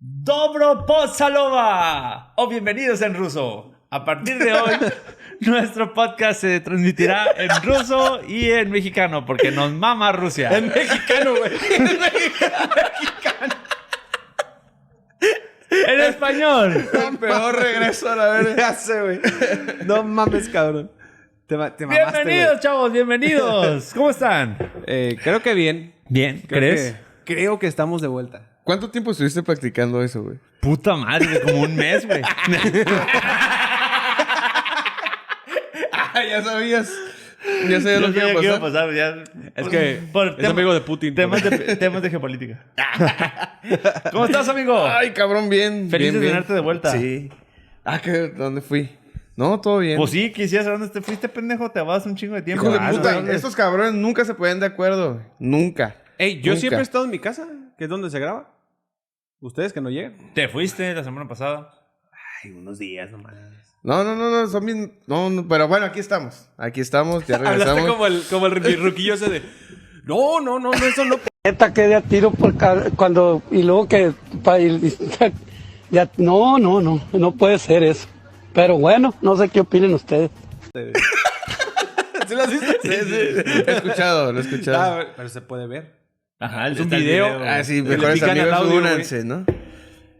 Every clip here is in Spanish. Dobro Pozalova o bienvenidos en ruso. A partir de hoy, nuestro podcast se transmitirá en ruso y en mexicano, porque nos mama Rusia. Es mexicano, güey. Es mexicano. En español. El peor regreso a la verga. Ya sé, güey. No mames, cabrón. Te, ma- te mamaste, güey. Bienvenidos, chavos, bienvenidos. ¿Cómo están? Eh, creo que bien. Bien, Creo ¿crees? Que, creo que estamos de vuelta. ¿Cuánto tiempo estuviste practicando eso, güey? Puta madre, como un mes, güey. Ah, ya sabías. Ya Yo sabías lo que sabía iba a que iba a pasar. pasar, ya. Es que Por es tema- amigo de Putin. Temas de, temas de geopolítica. ¿Cómo estás, amigo? Ay, cabrón, bien. Feliz bien, de bien. tenerte de vuelta. Sí. Ah, que, ¿dónde fui? No, todo bien. Pues sí, quisieras saber dónde te fuiste, pendejo. Te vas un chingo de tiempo. Hijo de Ah, puta, ¿dónde? estos cabrones nunca se ponían de acuerdo. güey. Nunca. Ey, yo Nunca. siempre he estado en mi casa, que es donde se graba. Ustedes que no llegan. Te fuiste la semana pasada. Ay, unos días nomás. No, no, no, no, son bien... No, no, pero bueno, aquí estamos. Aquí estamos, ya Hablaste regresamos. como el, como el mi ruquillo ese de. No, no, no, no, eso no. neta que de a tiro por ca- cuando y luego que pa- y- ya- no no no no puede ser eso pero bueno no sé qué opinen ustedes ¿Sí lo has visto? Sí, sí. Lo he escuchado, lo he Ah, escuchado. pero- pero se puede ver. Ajá, Es un video. Ah, sí, que le mejores pican al amigos, audio, güey. únanse, ¿no?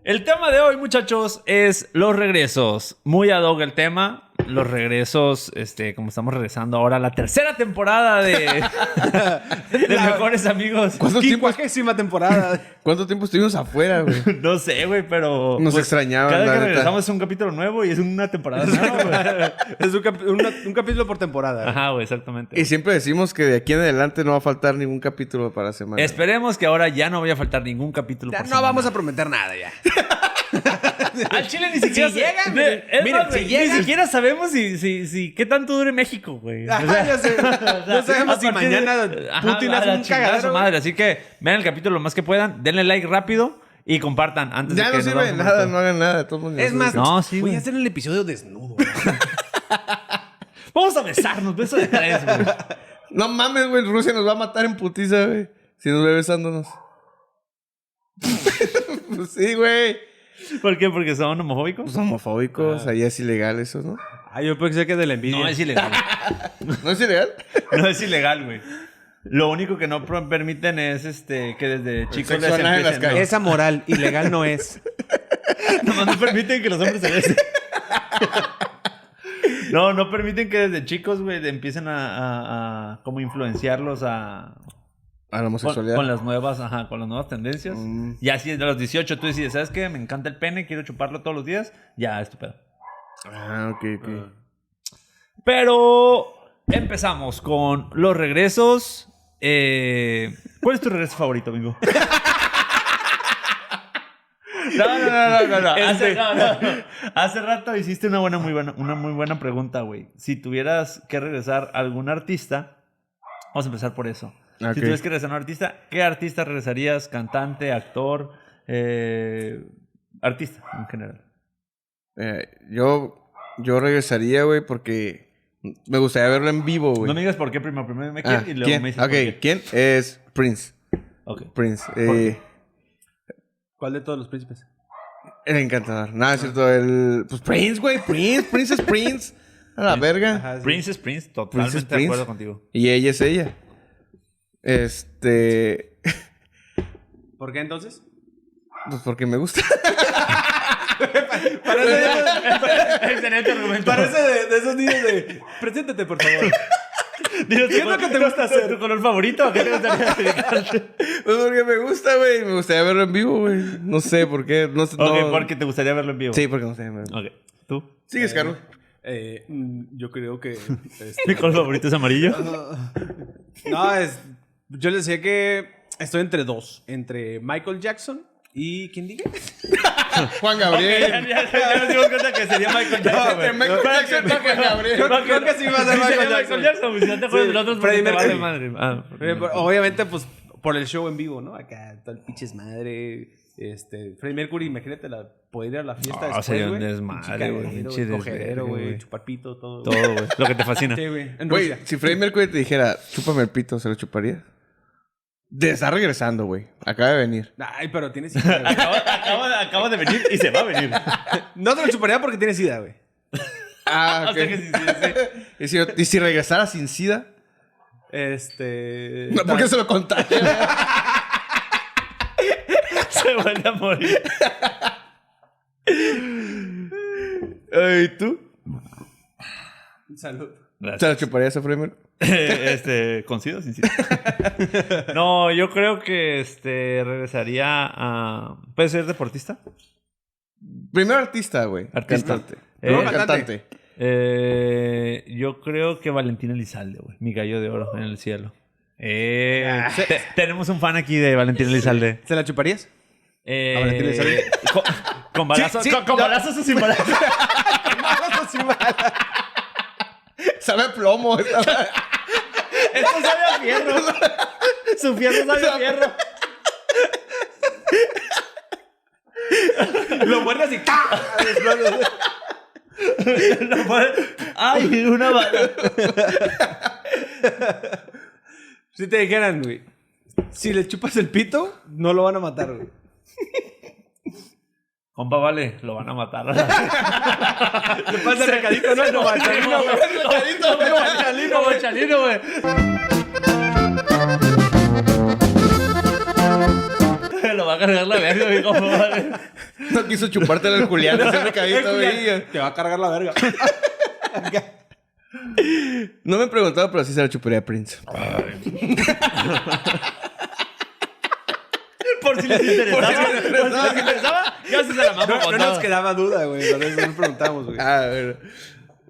El tema de hoy, muchachos, es los regresos. Muy ad hoc el tema. Los regresos, este, como estamos regresando ahora a la tercera temporada de, de La- Mejores Amigos. ¿Cuánto tiempo, Quincuagésima temporada. ¿Cuánto tiempo estuvimos afuera, güey? No sé, güey, pero. pues, Nos extrañaban, Cada la vez que neta. regresamos es un capítulo nuevo y es una temporada nueva, güey. es un, cap- una- un capítulo por temporada. Ajá, güey, exactamente. Y siempre decimos que de aquí en adelante no va a faltar ningún capítulo para semana. Esperemos que ahora ya no vaya a faltar ningún capítulo. Ya por no semana. vamos a prometer nada ya. Al Chile ni siquiera. Si llega, de- miren, es miren, más, si güey, llega- Ni siquiera sabemos si, si, si, qué tanto dure México, güey. O sea, Ajá, ya sé. No sabemos a si partir de- mañana Ajá, Putin a hace la un chingada su cagadero. madre. Así que vean el capítulo lo más que puedan, denle like rápido y compartan antes de Ya que no nos sirve de vamos a nada, matar. no hagan nada. todo el mundo Es nos más, dice. No, sí, voy güey. a hacer el episodio desnudo. Vamos a besarnos, beso de tres, güey. No mames, güey, Rusia nos va a matar en putiza, güey. Si nos ve besándonos. Pues sí, güey. ¿Por qué? Porque son homofóbicos. Pues Ah. homofóbicos, allá es ilegal eso, ¿no? Ah, yo pensé que de la envidia. No es ilegal. ¿No es ilegal? No es ilegal, güey. Lo único que no pro- permiten es este que desde chicos sexo les anal en las empiecen, ¿no? calles. Esa moral ilegal no es. Nomás no permiten que los hombres se besen. No, no permiten que desde chicos, güey, de- empiecen a, a- a como influenciarlos a A la con, homosexualidad. con las nuevas, ajá, con las nuevas tendencias. Mm. Y así desde los 18 tú decides, ¿sabes qué? Me encanta el pene, quiero chuparlo todos los días. Ya, estupendo. Ah, ok, ok. Pero empezamos con los regresos. Eh, ¿Cuál es tu regreso favorito, amigo? No, no, no, no, no, no. Hace, no, no, no. Este, Hace rato hiciste una buena, muy buena, una muy buena pregunta, güey. Si tuvieras que regresar a algún artista, vamos a empezar por eso. Ok. Si tuvieras que regresar a un artista, ¿qué artista regresarías? ¿Cantante, actor? eh, artista en general. Eh, yo, yo regresaría, güey, porque me gustaría verlo en vivo, güey. No me digas por qué primero, primero dime quién Ah, y luego ¿quién? me dices Ok, por qué. ¿quién? Es Prince. Ok. Prince. ¿Por Eh, ¿Cuál de todos los príncipes? El encantador. Nada, es cierto. El, pues Prince, güey. Prince. Prince es Prince. A la verga. Ajá, sí. Prince es Prince, totalmente Prince es de Prince. acuerdo contigo. Y ella es ella. Este. ¿Por qué entonces? Pues porque me gusta. Excelente argumento. Parece de, de esos niños de. Preséntate, por favor. ¿Qué es lo que te gusta hacer? ¿Tu color favorito? ¿A ¿Qué te gustaría dedicarte? Pues porque me gusta, güey. Me gustaría verlo en vivo, güey. No sé por qué. No sé. Ok, no- porque te gustaría verlo en vivo. Sí, porque me gustaría verlo. Ok. ¿Tú? Sigues, Carlos. Eh, mm, yo creo que. este, ¿Mi color favorito es amarillo? no, es. Yo les decía que estoy entre dos. Entre Michael Jackson y. ¿Quién diga? Juan Gabriel. ya nos dimos cuenta que sería Michael No, güey. Entre Michael Jackson y Juan Gabriel. Creo- creo que sí va a ser Sí, sería Michael Jackson. Jackson, güey. Si no te acuerdas Sí, del otro, es Freddie porque te vale Mercury. madre. Ah, Eh, por- Obviamente, pues, por el show en vivo, ¿no? Acá, todo el pinches madre. Este, Freddie Mercury, imagínate, la, poder ir a la fiesta Ah, después, sería un güey. desmadre, Pinche güey, cagadero, pinche güey, cogedero, desvergue, güey. güey, chupar pito, todo. Todo, güey. Lo que te fascina. Sí, güey. En Güey, Rusia. si Freddie Mercury te dijera, chúpame el pito, ¿se lo chuparía? De estar regresando, güey. Acaba de venir. Ay, pero tienes sida, güey. Acabo, acabo de, acabo de venir y se va a venir. No te lo chuparía porque tienes sida, güey. Ah, O sea que sí, sí, ¿Y, si, y si regresara sin sida? Este. No, ¿Por qué se lo contagia? sí. Se vuelve a morir. Eh, ¿Y tú? Salud. ¿Te lo chuparías a Fremur? Eh, este, con SIDA o sin SIDA. No, yo creo que este regresaría a. ¿Puedes ser deportista? Primero artista, güey. Artista. Cantante. Eh, Luego cantante. Eh, yo creo que Valentín Elizalde, güey. Mi gallo de oro en el cielo. Eh, Ah. te- tenemos un fan aquí de Valentín Elizalde. ¿Se la chuparías? Eh, ¿A Valentín Elizalde? Con, con balazos, Sí, sí, con, con no. balazos o sin balazos. Sabe a plomo. esta- Esto sabe a fierro. Su fierro sabe a fierro. Lo muerdes y ¡ca! No puede- Ay, una bala. Si te dijeran, güey. Si le chupas el pito, no lo van a matar, güey. Compa, vale, lo van a matar. Te pasa el recadito, no, no, no, güey. Chalino, güey, chalino, güey. Lo va a cargar la verga, mi compa, vale. No quiso chupártela el Julián. ese recadito, güey. Te va a cargar la verga. No me han preguntado, pero sí se la chuparía a Prince. Por si les interesaba. Por si les interesaba. Por si les interesaba, yo sí se la mamo No, no con nos todo. quedaba duda, güey. Por eso nos preguntamos, güey. Ah, bueno.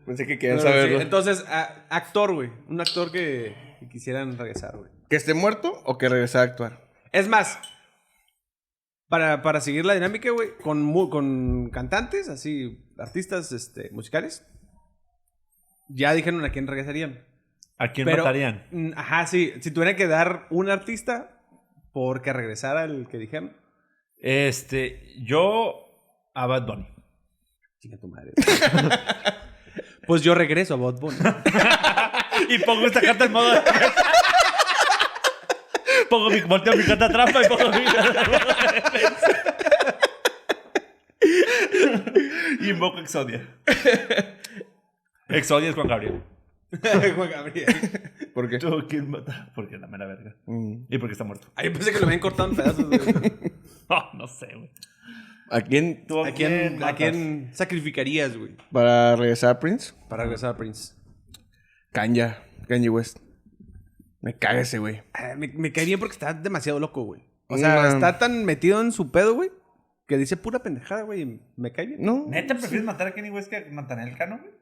Pensé que querían Pero saberlo. sí, entonces, a- actor, güey. Un actor que, que quisieran regresar, güey. ¿Que esté muerto o que regrese a actuar? Es más, para, para seguir la dinámica, güey, con, mu- con cantantes, así, artistas este, musicales, ya dijeron a quién regresarían. ¿A quién Pero- matarían? Mm, Ajá, sí. Si tuviera que dar un artista porque regresara el que dijeron. Este, yo a Bad Bunny. Chinga tu madre. pues yo regreso a Bad Bunny. Y pongo esta carta en modo. pongo mi, volteo mi carta trampa y pongo mi carta de modo de defensa. Y invoco Exodia. Exodia es Juan Gabriel. Juan Gabriel. ¿Por qué? ¿Tú quién mata? Porque la mera verga. Mm. Y porque está muerto. Ay, yo pensé que lo habían cortado en pedazos. güey. No, Ah, no sé, güey. ¿A quién? ¿Tú ¿A quién, ¿A matas? quién sacrificarías, güey? ¿Para regresar a Prince? Para regresar a Prince. Kanye. Kanye West. Me caga ese, güey. Ah, Me, me cae bien porque está demasiado loco, güey. O Mm, sea, man. está tan metido en su pedo, güey, que dice pura pendejada, güey. y Me cae bien. No. ¿Neta prefieres matar a Kenny West que a Mantanel Cano, güey?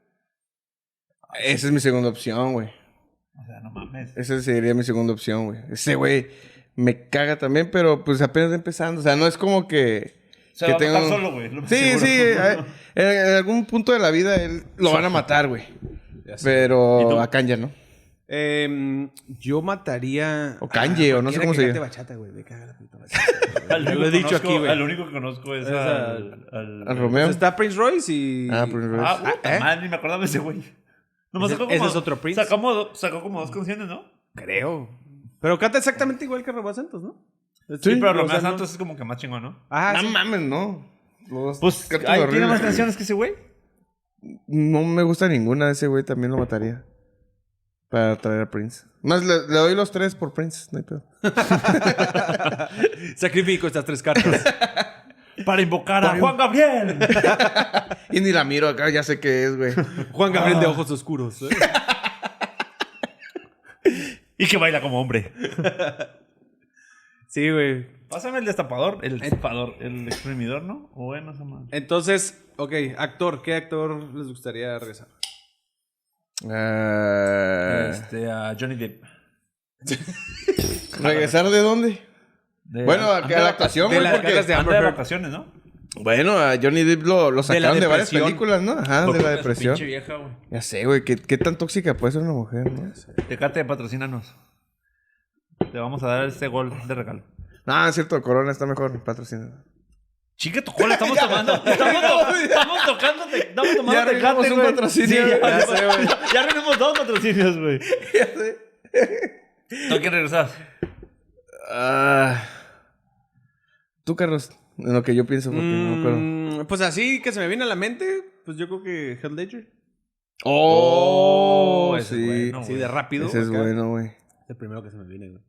Esa es mi segunda opción, güey. O sea, no mames. Esa sería mi segunda opción, güey. Ese güey me caga también, pero pues apenas empezando. O sea, no es como que. Se que va a matar tengo- solo, güey, lo más Sí, seguro. sí. eh, En, en algún punto de la vida él lo van a matar, güey. Pero a Kanye, ¿no? Em, yo mataría. O Kanye, o no sé cualquiera cómo que se cante llama. bachata, güey. Me caga la puta Al Ya único lo he que dicho conozco- aquí, güey. Al único que conozco es, Es al, al, Al Romeo. Está Prince Royce y. Ah, Prince Royce. Ah, puta Ah, ¿eh? madre, ni me acordaba de ese güey. Nomás Ese- sacó ese es otro Prince. Sacó como, do- sacó como dos canciones, ¿no? Creo. Pero canta exactamente igual que Romeo Santos, ¿no? Ah, Sí, pero o sea, Romeo no- Santos es como que más chingón, ¿no? Ajá, Ah, no sí. mames, no. Los Pues, cantos ay, ¿tiene horribles. más canciones que ese güey? No me gusta ninguna de ese güey, también lo mataría. Para traer a Prince. Más le, le doy los tres por Prince, no hay pedo. Sacrifico estas tres cartas. Para invocar a Para- Juan Gabriel. Y ni la miro acá, ya sé qué es, güey. Juan Gabriel de ojos oscuros. ¿eh? y que baila como hombre. Sí, güey. Pásame el destapador, el destapador, el exprimidor, ¿no? O bueno, esa madre. Entonces, ok, actor. ¿Qué actor les gustaría regresar? Ah, Este, a Johnny Depp. ¿Regresar de dónde? Eh, De- bueno, a, a anda- la actuación, de güey, las porque- caras de Anda de Amber Heard. vacaciones, ¿no? Bueno, a Johnny Depp lo, lo De la sacaron de, varias depresión. películas, ¿no? Ajá, de la depresión. Pinche vieja, güey. Ya sé, güey, ¿qué, qué tan tóxica puede ser una mujer, ¿no? Tecate, patrocínanos. Te vamos a dar este gol de regalo. No, es cierto, Corona está mejor patrocinada. Chica, tu cola estamos tomando. Estamos, to- estamos tocando, te- estamos tomando Ya arruinamos Tecate, un güey. patrocinio, ya, güey. Ya ya- ya arruinamos dos patrocinios, güey. ¿Tú quieres regresar? Ah. tú, Carlos, en lo que yo pienso, porque no me acuerdo. Mm, pues así que se me viene a la mente, pues yo creo que Hell Ledger. Oh, ese es sí. bueno, sí, de rápido. Ese es acá. bueno, güey. El primero que se me viene, güey.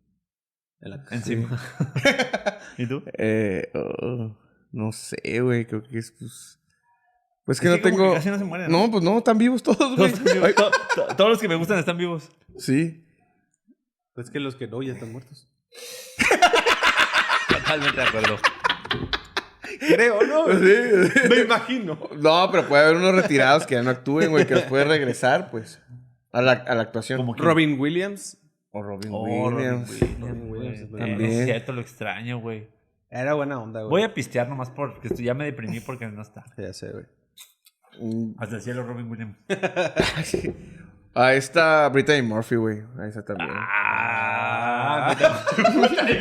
En la- Encima. ¿Y tú? Eh, oh, no sé, güey. Creo que es pues. Pues que Es no que como tengo. que casi no se mueren, no, pues no, están vivos todos, güey. Ay, To- to- Todos los que me gustan están vivos. sí. Pues que los que no ya están muertos. Totalmente de acuerdo. Creo, ¿no? Sí, sí. me imagino. No, pero puede haber unos retirados que ya no actúen, güey, que los puede regresar, pues. A la, a la actuación. Como que- Robin Williams. O Robin Oh, Williams. Robin Robin Williams Williams. güey. es bueno. Es También. cierto, lo extraño, güey. Era buena onda, güey. Voy a pistear nomás porque estoy- ya me deprimí porque no está. Ya sé, güey. Mm, Hasta el cielo, Robin Williams. A esta Brittany Murphy, güey. A esa también. Ah, Ah,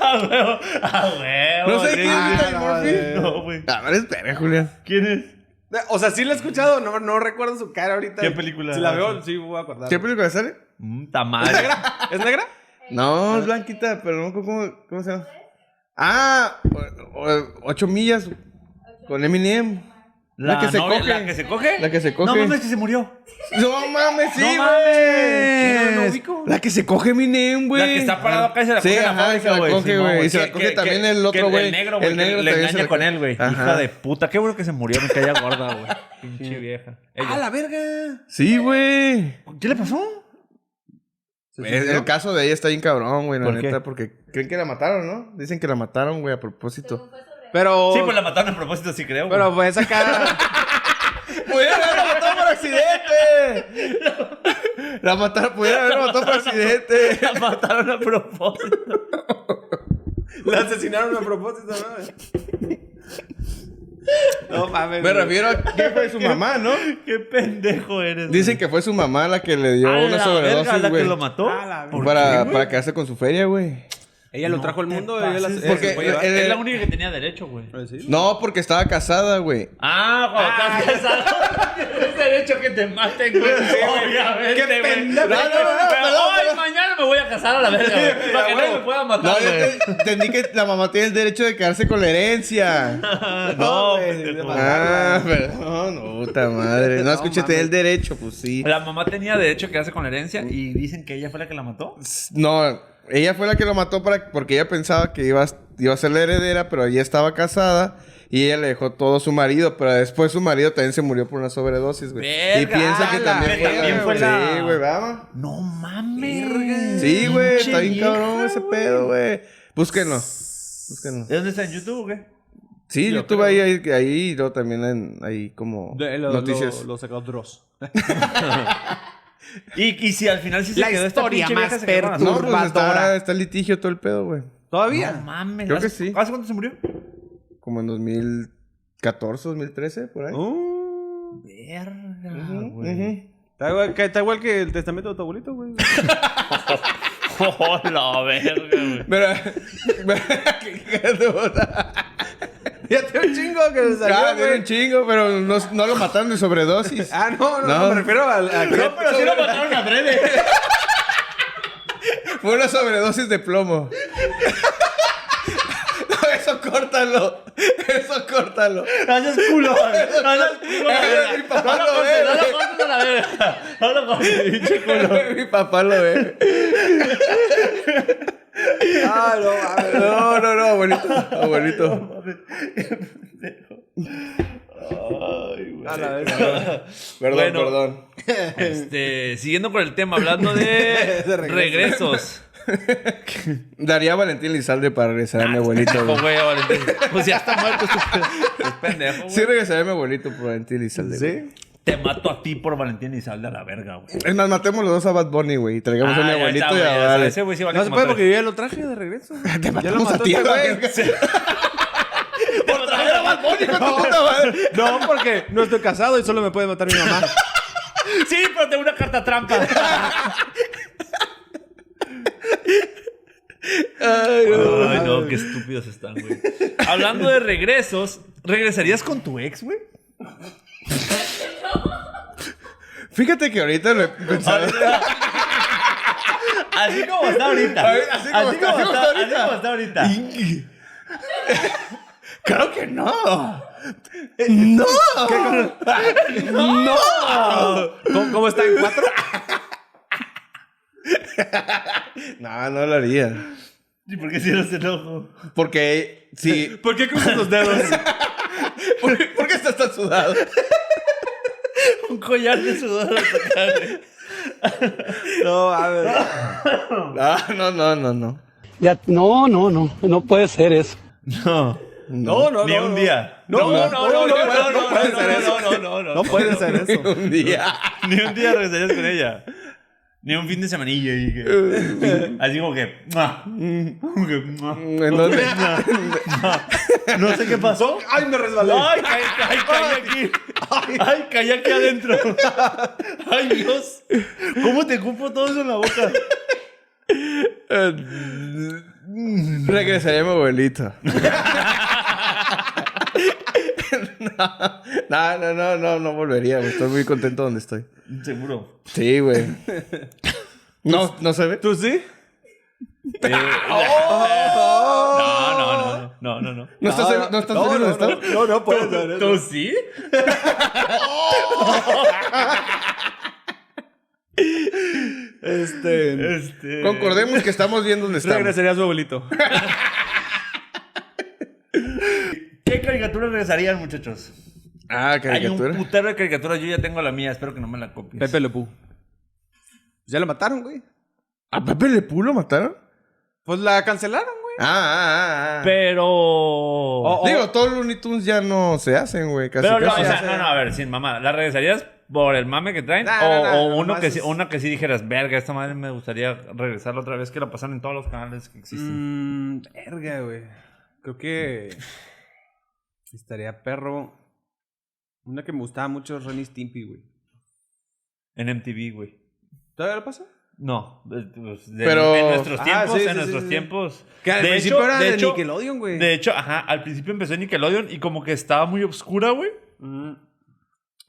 a huevo, a huevo. No sé quién sí. es Brittany Murphy. No, güey. A ver, espera, Julián. ¿Quién es? O sea, sí la he escuchado, no, no recuerdo su cara ahorita. ¿Qué película? Si la veo, sí me voy a acordar. ¿Qué película sale? Mm, tamal. ¿Es negra? No, es blanquita, pero no, ¿cómo, cómo se llama? Ah, o- o- ocho millas con Eminem. La, que se novia- coge. La que se coge. La que se coge. No mames, que se murió. No mames, sí, No güey. mames. No, no ubico. la que se coge Eminem, güey. La que está parada acá y se la Sí, coge en la ajá, y se la fábrica, güey. coge, Simón, güey. Y se Que- la coge que- también que- el que otro, güey. El negro, güey. que Le también se engaña la con coge. él, güey. Ajá. Hija de puta. Qué bueno que se murió, me caía gorda, güey. Pinche vieja. ¡Ah, Ella. la verga! Sí, güey. Eh, ¿Qué le pasó? El, el caso de ella está bien cabrón, güey, la ¿Por qué? neta, porque creen que la mataron, ¿no? Dicen que la mataron, güey, a propósito. Pero. Sí, pues la mataron a propósito, sí creo. güey. Pero fue pues esa cara. ¡Pudieron haberla matado por accidente! La mataron, pudieron haberla matado por accidente. la mataron a propósito. la asesinaron a propósito, ¿no? No mames. Me güey. refiero a que fue su mamá, ¿no? Qué pendejo eres. Dicen que fue su mamá la que le dio güey. A una la verga, sobredosis, la que güey. lo mató. A la ¿Por Para, qué, güey? para quedarse con su feria, güey. Ella lo No trajo al te mundo. Ella la, pases, ella porque se puede llevar. el- Es la única que tenía derecho, güey. eh. Pues sí. No, porque estaba casada, güey. Ah, cuando estás casado, tienes derecho a que te maten, güey. Obviamente, Qué güey. pendejo. No, no, no, no, Perdón, pero hoy, perdón. mañana me voy a casar a la verga, güey. Para que nadie me pueda matar, No, yo güey. te- entendí que la mamá tiene el derecho de quedarse con la herencia. Ah, No, güey, pendejo. de- Ah, perdón, no, puta madre. No, escuché, mames. tenía el derecho, pues sí. La mamá tenía derecho a quedarse con la herencia y dicen que ella fue la que la mató. No, ella fue la que lo mató para, porque ella pensaba que iba a, iba a ser la heredera, pero ella estaba casada y ella le dejó todo a su marido, pero después su marido también se murió por una sobredosis, güey. Y Verga, piensa que la- también que fue, también la- fue la- Sí, güey, vamos. No mames. Sí, güey, está bien Pinche cabrón vieja, ese güey. pedo, güey. Búsquenlo. Búsquenlo. ¿De dónde está en YouTube o qué? Sí, Yo YouTube creo. ahí, ahí, ahí, y luego también en, ahí como De- lo- noticias. Lo, lo sacó Dross. Y, y si al final sí se La quedó esta historia pinche más vieja, se quedó con la- no, pues turbadora. está, está el litigio todo el pedo, güey. ¿Todavía? No mames. Creo que ¿Hace- sí. ¿Hace cuánto se murió? Como en 2014, 2013, por ahí. Uh, Ah, Verga, Ujú, güey. ujú. está, igual, que- está igual que el testamento de tu abuelito, güey. Oh, la verga, güey. Pero. qué cabrón. ya te un chingo que le Ah, salió, tiene güey. un chingo, pero no, no lo mataron de sobredosis. Ah, no, no, No. no, me refiero al. a que- No, pero sí lo mataron a breve. Fue una sobredosis de plomo. No, eso córtalo. Eso córtalo. Gracias, culo. Gracias, culo. Eh, verga. mi papá No lo lo ve, cortes, no lo cortes a la verga. No lo cortes, pinche culo. Mi papá lo ve. Ah, no, a ver. No, no, no, abuelito. Abuelito. Ay, güey. A la verga. Perdón, Bueno. perdón. Este, siguiendo con el tema, hablando de De regreso. regresos. Daría a Valentín Lizalde para regresar a mi abuelito. Pendejo, güey. Ah, güey, Valentín. Pues ya está muerto, estúpido. Es pendejo, güey. Sí, regresaría a mi abuelito por Valentín Lizalde. güey. ¿Sí? Te mato a ti por Valentín y sal de la verga, güey. Es más, matemos los dos a Bad Bunny, güey. Y traigamos a mi Ah, ya abuelito está, y güey, a ya está. Vale. Ese güey sí vale No se como puede tres. porque yo ya lo traje de regreso. güey. Te ya lo matamos mató a ti, este güey. güey. Por traer a Bad Bunny, güey. No, porque no estoy casado y solo me puede matar mi mamá. Sí, pero tengo una carta trampa. Ay, no, qué estúpidos están, güey. Hablando de regresos, ¿regresarías con tu ex, güey? Fíjate que ahorita lo he pensado. Así como está ahorita. A ver, así como está- así como está así ahorita. como está ahorita. Claro que no. No. No. ¿Cómo, cómo está en cuatro? No, no lo haría. ¿Y por qué cierras el ojo? Porque si. ¿Por qué cruzas los dedos? ¿Por, por qué estás tan sudado? Un collar de sudor hasta acá, güey. No, a ver. No, no, no, no, no. Ya, no, no, no, no puede ser eso. No. No, no, Ni no, un no. día. No, no, no, no, no, no, no, no, no puede no, ser no, eso. no, no, no, No puede ser eso. Un día. Ni un día regresarías con ella. Ni un fin de semanilla. y que- Así como que. "Mua". Como que, "Mua". ¿En dónde? No sé qué pasó. Ay, me resbalé. Ay, caí, caí, caí aquí. Ay, caí aquí adentro. Ay, Dios. ¿Cómo te cupo todo eso en la boca? Regresaría a mi abuelito. no, no, no, no, no volvería. güey. Estoy muy contento donde estoy. Seguro. Sí, güey. No, no se ve. ¿Tú sí? Eh, Oh. No, no, no, no, no, no. No estás, no, estás feliz donde no, estás. no, no puede ser eso. ¿Tú sí? Este. Este... pues, Concordemos que estamos bien donde estamos. Regresaría a su abuelito. ¿Qué caricaturas regresarían, muchachos? Ah, Hay un caricatura. putero de caricaturas. Yo ya tengo la mía. Espero que no me la copies. Pepe Lepú. Ya lo mataron, güey. ¿A Pepe Le Pú lo mataron? Pues la cancelaron, güey. Ah, ah, ah, ah. Pero... O- Digo, todos los Looney Tunes ya no se hacen, güey. Casi, Pero no, Oh, casi. o sea, no, no, a ver, sin mamá. ¿La regresarías por el mame que traen? Nah, o nah, nah, o uno nomás que, sí, es- una que sí dijeras, verga, esta madre me gustaría regresarla otra vez, que la pasan en todos los canales que existen. Mmm, verga, güey. Creo que estaría perro. Una que me gustaba mucho es Ren y Stimpy, güey. En MTV, güey. ¿Todavía lo pasa? No, de- pues, de- Pero- en nuestros Ah, tiempos, sí, sí, en sí, nuestros sí. tiempos. Que al de principio hecho, era de de, hecho, Nickelodeon, güey. de hecho, ajá, al principio empezó en Nickelodeon y como que estaba muy oscura, güey. Ujú.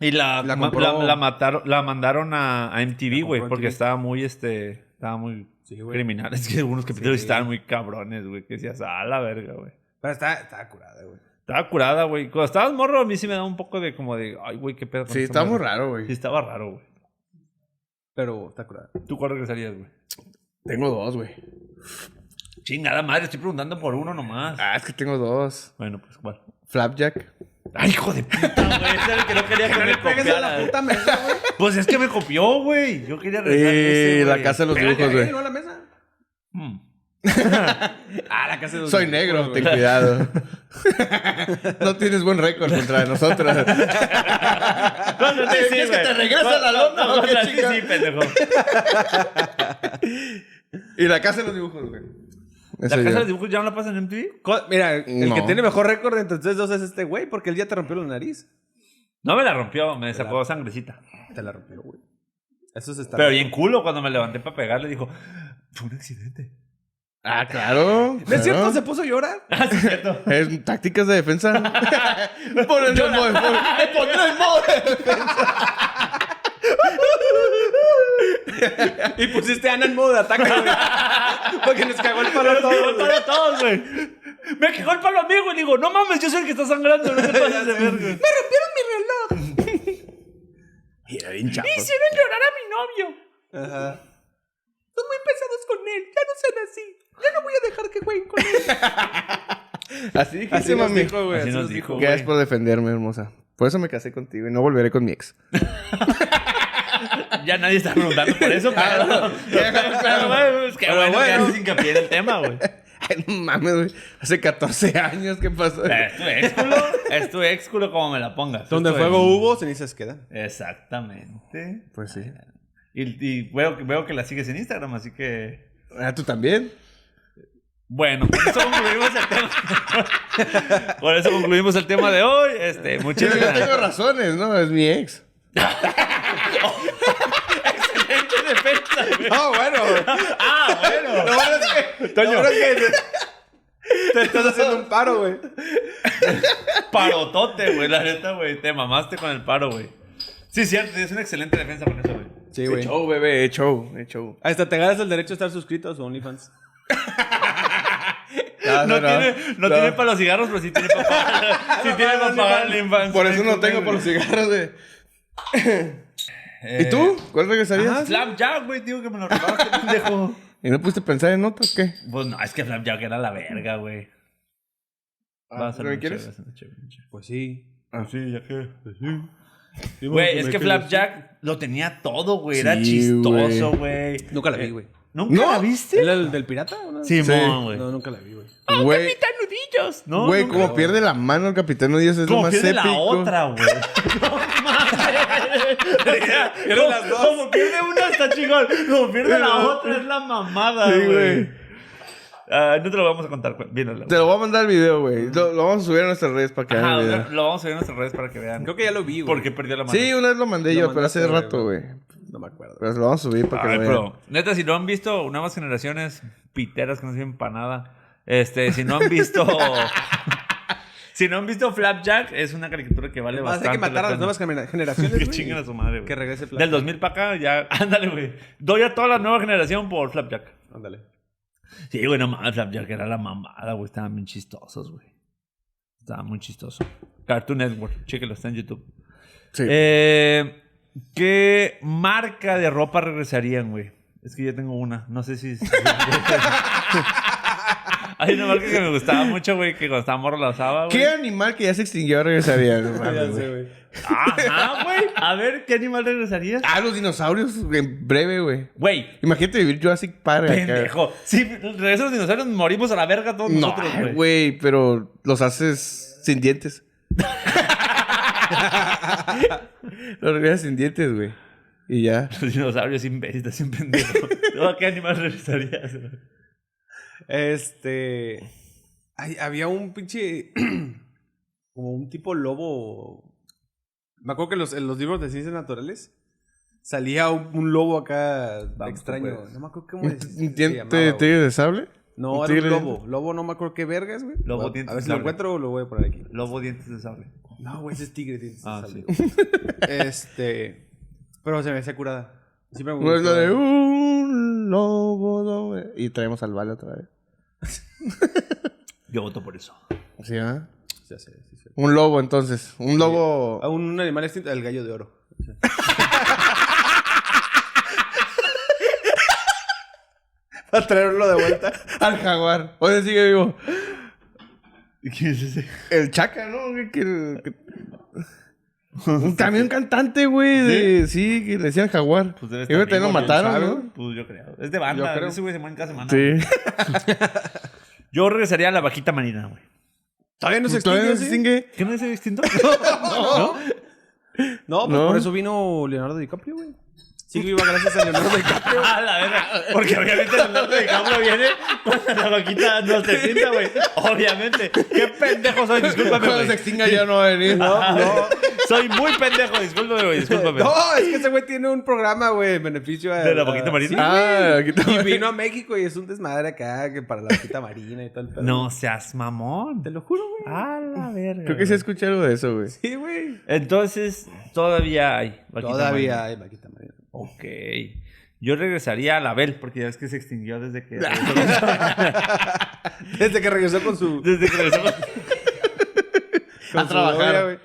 Y la, La ma- compró. la, la mataron, la mandaron a, a MTV, La güey, compró porque MTV. estaba muy, este, estaba muy Sí, güey. criminal. Es que algunos capítulos Sí. estaban muy cabrones, güey, que decías, a la verga, güey. Pero está, está curada, güey. Estaba curada, güey. Cuando estabas morro, a mí sí me daba un poco de como de, ay, güey, qué pedo. con Sí, esta está muy madre". raro, Sí, güey. estaba raro, güey. Pero está curada. ¿Tú cuál regresarías, güey? Tengo dos, güey. Chingada madre, estoy preguntando por uno nomás. Ah, es que tengo dos. Bueno, pues, ¿cuál? Flapjack. ¡Ay, hijo de puta, güey! Ese era el que no quería que me Pegues a la copiara. puta mesa, güey. Pues es que me copió, güey. Yo quería regresar Y ese, Eh, la güey. casa de los dibujos, Pégale, güey. no a la mesa. Mm. Ah, la casa de los Soy dibujos, negro, güey. ten cuidado. no tienes buen récord contra nosotros. Contra ti Eh, Ah, sí, ¿quieres que güey. te regrese la lona No, o qué contra ti chinga? sí, pendejo. y la casa de los dibujos, güey. ¿La Esa casa yo. de los dibujos ya no la pasan en MTV? Co- Mira, el No. que tiene mejor récord entre ustedes dos es este güey, porque él ya te rompió la nariz. No me la rompió, me sacó sangrecita. Te la rompió, güey. Eso se está. Pero bien culo cuando me levanté para pegarle, dijo, fue un accidente. Ah, claro. ¿No es cierto? claro. ¿Se puso a llorar? Ah, sí, es cierto. Es tácticas de defensa. Pon el modo de defensa. Pon el modo de Y pusiste a Ana en modo de ataque, güey. Porque nos cagó el palo a Pero todos, sí, güey. para todos, güey. Me quejó el palo amigo y le digo, no mames, yo soy el que está sangrando, no te pases de verga. Me rompieron mi reloj. Mira, bien chapo. Hicieron llorar a mi novio. Ajá. Son muy pesados con él, ya no sean así. Ya no voy a dejar que jueguen con él. Así dijiste, Así nos mami. dijo, güey. Así Así nos nos dijo. dijo. Gracias por defenderme, hermosa. Por eso me casé contigo y no volveré con mi ex. Ya nadie está preguntando por eso, pero... Pero, güey, es que Pero bueno, que bueno. haces hincapié en el tema, güey. Ay, no mames, güey. Hace 14 años que pasó. Es tu exculo, es tu exculo como me la pongas. Donde Es tu fuego ex. hubo, cenizas quedan. Exactamente. Pues sí. Y, y veo, que- veo que la sigues en Instagram, así que... Ah, ¿tú también? Bueno, por eso concluimos el tema. por eso concluimos el tema de hoy. Este, Yo muchísimas yo tengo razones, ¿no? Es mi ex. Excelente defensa, güey. Ah, bueno. Ah, bueno. Lo bueno es que. Toño. Lo bueno es que te estás haciendo un paro, güey. Parotote, güey. La neta, güey. Te mamaste con el paro, güey. Sí, cierto. Es una excelente defensa con eso, güey. Sí, Es güey. show, bebé, es show, es show. Hasta te ganas el derecho a estar suscrito a su OnlyFans. No, tiene, no, tiene para los cigarros, pero sí tiene para pagar. sí Ah, tiene para pagar el infancia. Por eso no tengo por los cigarros, güey. Eh, ¿Y tú? ¿Cuál ah, regresarías? Flapjack, güey, digo que me lo robaste, pendejo. ¿Y no pusiste a pensar en otro o qué? Pues no, es que Flapjack era la verga, güey. Va a ser ¿lo mucho, Ah, quieres? va a ser mucho, mucho. Pues sí. Así, ya que. Güey, es que Flapjack lo tenía todo, güey. Era Sí, chistoso, güey. Eh, Nunca la vi, güey. ¿Nunca No. la ¿Es viste? la del del pirata? o no? Simón, güey. No, nunca la vi, güey. Güey, Capitán Nudillos. No, güey, nunca. como pierde la mano el Capitán Odios es lo Como más pierde épico. la otra, güey. No mames. Como- Como pierde una está chingón. Como pierde la otra es la mamada, Sí, güey. güey. Ah, no te lo vamos a contar. cu- Viéndolo. Te lo voy a mandar el video, güey. Lo, lo vamos a subir a nuestras redes para que Ajá, vean el ahora video. lo vamos a ver en nuestras redes para que vean. Creo que ya lo vi, güey. ¿Por qué perdió la mano? Sí, una vez lo mandé Lo yo, pero mandaste, hace güey. rato, güey. No me acuerdo. Pero lo vamos a subir para que Ay, lo vean. pero, neta, si no han visto nuevas generaciones piteras que no sirven para nada, este, si no han visto. si no han visto Flapjack, es una caricatura que vale Va a ser bastante. que matar la a las pena. nuevas genera- generaciones. Que güey. chinguen a su madre, güey. Que regrese Flapjack. Del 2000 para acá, ya. Ándale, güey. Doy a toda la nueva generación por Flapjack. Ándale. Sí, güey, no mames, Flapjack era la mamada, güey. Estaban bien chistosos, güey. Estaban muy chistosos. Cartoon Network, chéquelo, está en YouTube. Sí. Eh, ¿Qué marca de ropa regresarían, güey? Es que yo tengo una. No sé si. Hay una marca que me gustaba mucho, güey, que cuando estaba morro la usaba, güey. ¿Qué animal que ya se extinguió regresaría? No mames, Ya güey. sé, güey. Ajá, güey. A ver, ¿qué animal regresarías? Ah, los dinosaurios en breve, güey. Güey, Imagínate vivir Jurassic Park. acá. Pendejo. Si regresan los dinosaurios, morimos a la verga todos No, nosotros, güey. güey, pero los haces sin dientes. los regresas sin dientes, güey. Y ya. Los dinosaurios imbéciles, estás un pendejo. ¿Tú a qué animal regresarías? güey? Este. ay, había un pinche. como un tipo lobo. Me acuerdo que en los, en los libros de ciencias naturales salía un, un lobo acá extraño. pues. No me acuerdo cómo ¿Un es- un se diente llamaba, de güey. tigre de sable? No, un era un tigre- lobo. Lobo, no me acuerdo qué vergas, güey. Lobo, Voy a- dientes A ver de si lo sable. encuentro o lo voy a poner aquí. Lobo dientes de sable. No, güey, ese es tigre, dientes de Ah, sable, sí. güey. Este. Pero se me hacía curada. Siempre me No es Pues la de uh. gustaba. un lobo. doble. Y traemos al vale otra vez. Yo voto por eso. ¿Sí, ah? Ya sé, sí, sí. Un lobo, entonces. Un lobo. A un, un animal extinto, el gallo de oro. A traerlo de vuelta al jaguar. O sea, sigue vivo. ¿Quién es ese? El chaca, ¿no? Que- que- que- Un camión cantante, güey. de- ¿Sí? que le decían jaguar. Pues Yo debe creo que estar también lo vivo, ¿quién mataron, sabe? ¿no? Pues yo creo. Es de banda. Yo creo. Ese güey se muere cada semana. Sí. Yo regresaría a la vaquita marina, güey. Todavía no se Pues ¿Todavía extingue. no ese? se extingue? ¿Qué no es distinto? No, pues No. por eso vino Leonardo DiCaprio, güey. Sí, que iba gracias a Leonardo DiCaprio. Ah, la verga. Porque obviamente el norte de Campo viene cuando la vaquita no se extinta, güey. Obviamente. Qué pendejo soy, discúlpame, Cuando güey. se extinga ya no va a venir. Ah, Soy muy pendejo, discúlpame, güey, discúlpame. No, es que ese güey tiene un programa, güey, en beneficio a- ¿De la a- vaquita marina? Ah, aquí Sí, está. y vino a México y es un desmadre acá que para la vaquita marina y tal. tal. No seas mamón. Te lo juro, güey. A la verga. Creo que sí escuché algo de eso, güey. Sí, güey. Entonces, todavía hay. vaquita Todavía marina. hay vaquita marina. Ok. Yo regresaría a la Bel, porque ya es que se extinguió desde que. Desde que regresó con su. desde que regresamos con A su trabajar. novia, güey.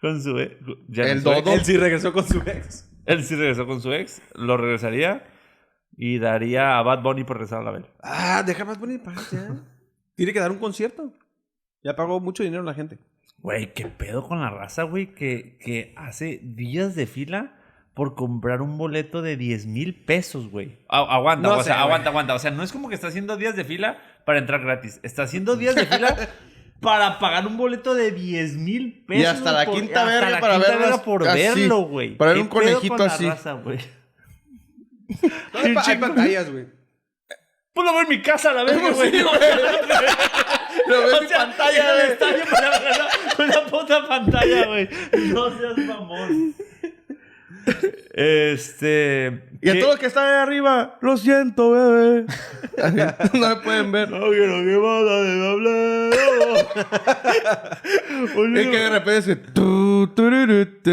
con su. ex. Ya El no su ex. dodo. Él sí regresó con su ex. Él sí regresó con su ex, lo regresaría y daría a Bad Bunny por regresar a la vela. Ah, deja más poner paz ya. Tiene que dar un concierto. Ya pagó mucho dinero la gente. Güey, qué pedo con la raza, güey, que, que hace días de fila por comprar un boleto de 10 mil pesos, güey. A- aguanta, No o sé, sea, güey. aguanta, aguanta. O sea, no es como que está haciendo días de fila para entrar gratis. Está haciendo días de fila para pagar un boleto de 10 mil pesos. Y hasta la por- quinta hasta verga la para quinta verlo verga as- por así, verlo, güey. para ver ¿Qué un pedo conejito con la así. raza, güey? No, hay, pa- hay pantallas, güey. Pues lo veo en mi casa, la verga, güey. Lo ves O en sea, ir pantalla, al güey. estadio para ver la- con la puta pantalla, güey. No seas mamón. Este. Y a todos los que están ahí arriba, lo siento, bebé. no me pueden ver. No quiero que mata de hablar. Es que de repente se... tu, tururu, tu,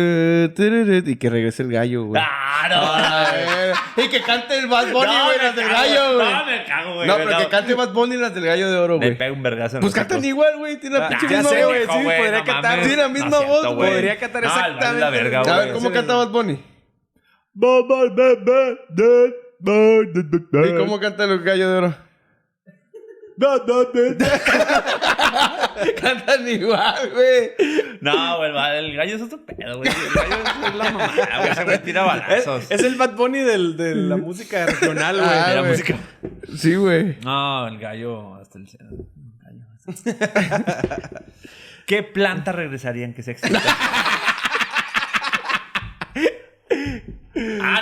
tururu, y que regrese el gallo, güey. ¡Claro! A ver, Y que cante el Bad Bunny, güey, las del gallo, güey. No, me cago, güey. No, pero que cante Bad Bunny las del gallo de oro, Le güey. pega un vergazo. en Pues los ojos. cantan igual, güey. Tiene la Ah, pinche ya misma sé, voz. güey, sí, podría no cantar. mames. Tiene la misma es voz, güey. podría cantar No, la- La exactamente. verga, A güey. A ver, ¿cómo sí, canta Bad Bunny? ¿Y cómo canta el gallo de oro? Cantan igual, güey. No, güey, va, el gallo es otro pedo, güey. El gallo es, es la mamada, güey. Se me tira Es, balazos. es el Bad Bunny del- de la música regional, güey. Ah, De la güey. música- Sí, güey. No, el gallo hasta el cielo. El gallo hasta- ¿Qué planta regresarían que se extinta? ah,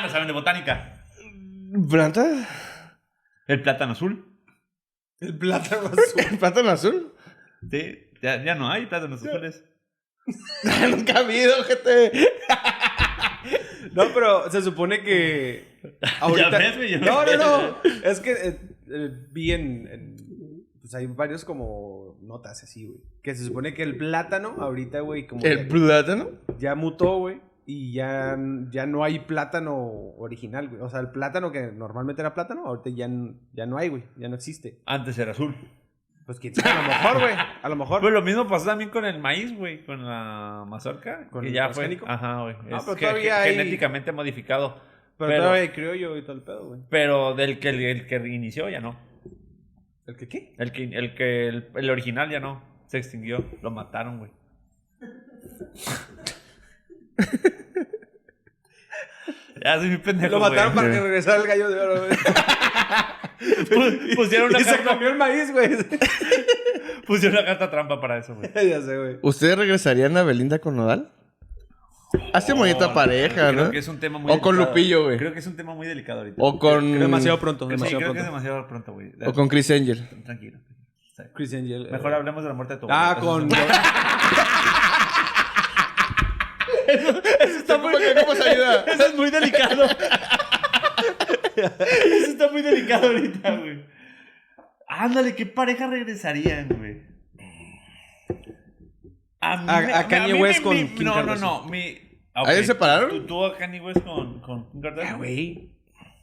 no saben de botánica. ¿Planta? El plátano azul. El plátano azul. ¿El plátano azul? Sí, ya, ya no hay plátanos azules. Nunca ha habido, gente. No, pero se supone que. Ahorita... Ya ves, güey, ya no, no, ves. no. Es que eh, eh, vi en, en- Pues hay varios como notas así, güey. Que se supone que el plátano, ahorita, güey, como. ¿El ya, plátano? ya mutó, güey. Y ya, ya no hay plátano original, güey. O sea, el plátano que normalmente era plátano, ahorita ya, n- ya no hay, güey. Ya no existe. Antes era azul. Pues quién sabe, a lo mejor, güey. A lo mejor. Pues lo mismo pasó también con el maíz, güey, con la mazorca. ¿Con que el ya transgénico? fue. Ajá, güey. Ah, es pero ge- todavía ge- hay- genéticamente modificado. pero, pero- todavía hay criollo y todo el pedo, güey. Pero del que, el que inició ya no. ¿El que qué? El que, el, que el, el original ya no. Se extinguió. Lo mataron, güey. ya soy mi pendejo. Lo mataron güey. para que regresara el gallo de oro, güey. Pu- pusieron, una y se carta, comió el maíz, güey. pusieron una carta trampa para eso, güey. ya sé, güey. ¿Ustedes regresarían a Belinda con Nodal? Hace bonita pareja, Creo ¿no? que es un tema muy O con delicado. Lupillo, güey. Creo que es un tema muy delicado ahorita. O con. Demasiado pronto, Creo- sí, demasiado creo que es pronto. demasiado pronto, güey. O con Chris Angel. Tranquilo. Está bien. Chris Angel. eh. Mejor hablemos de la muerte de tu Ah, con. abuelo. ¿Cómo, ¿Cómo se ayuda? Eso es muy delicado. Eso está muy delicado ahorita, güey. Ándale, ¿qué pareja regresarían, güey? A- mí- a mí- Kanye mí me- West con mi- Kim No, no, Kardashian. no. Mi, Ah, ¿Ahí ok. se separaron? ¿Tú, tú a Kanye West con, con Kim Kardashian? Ah, güey.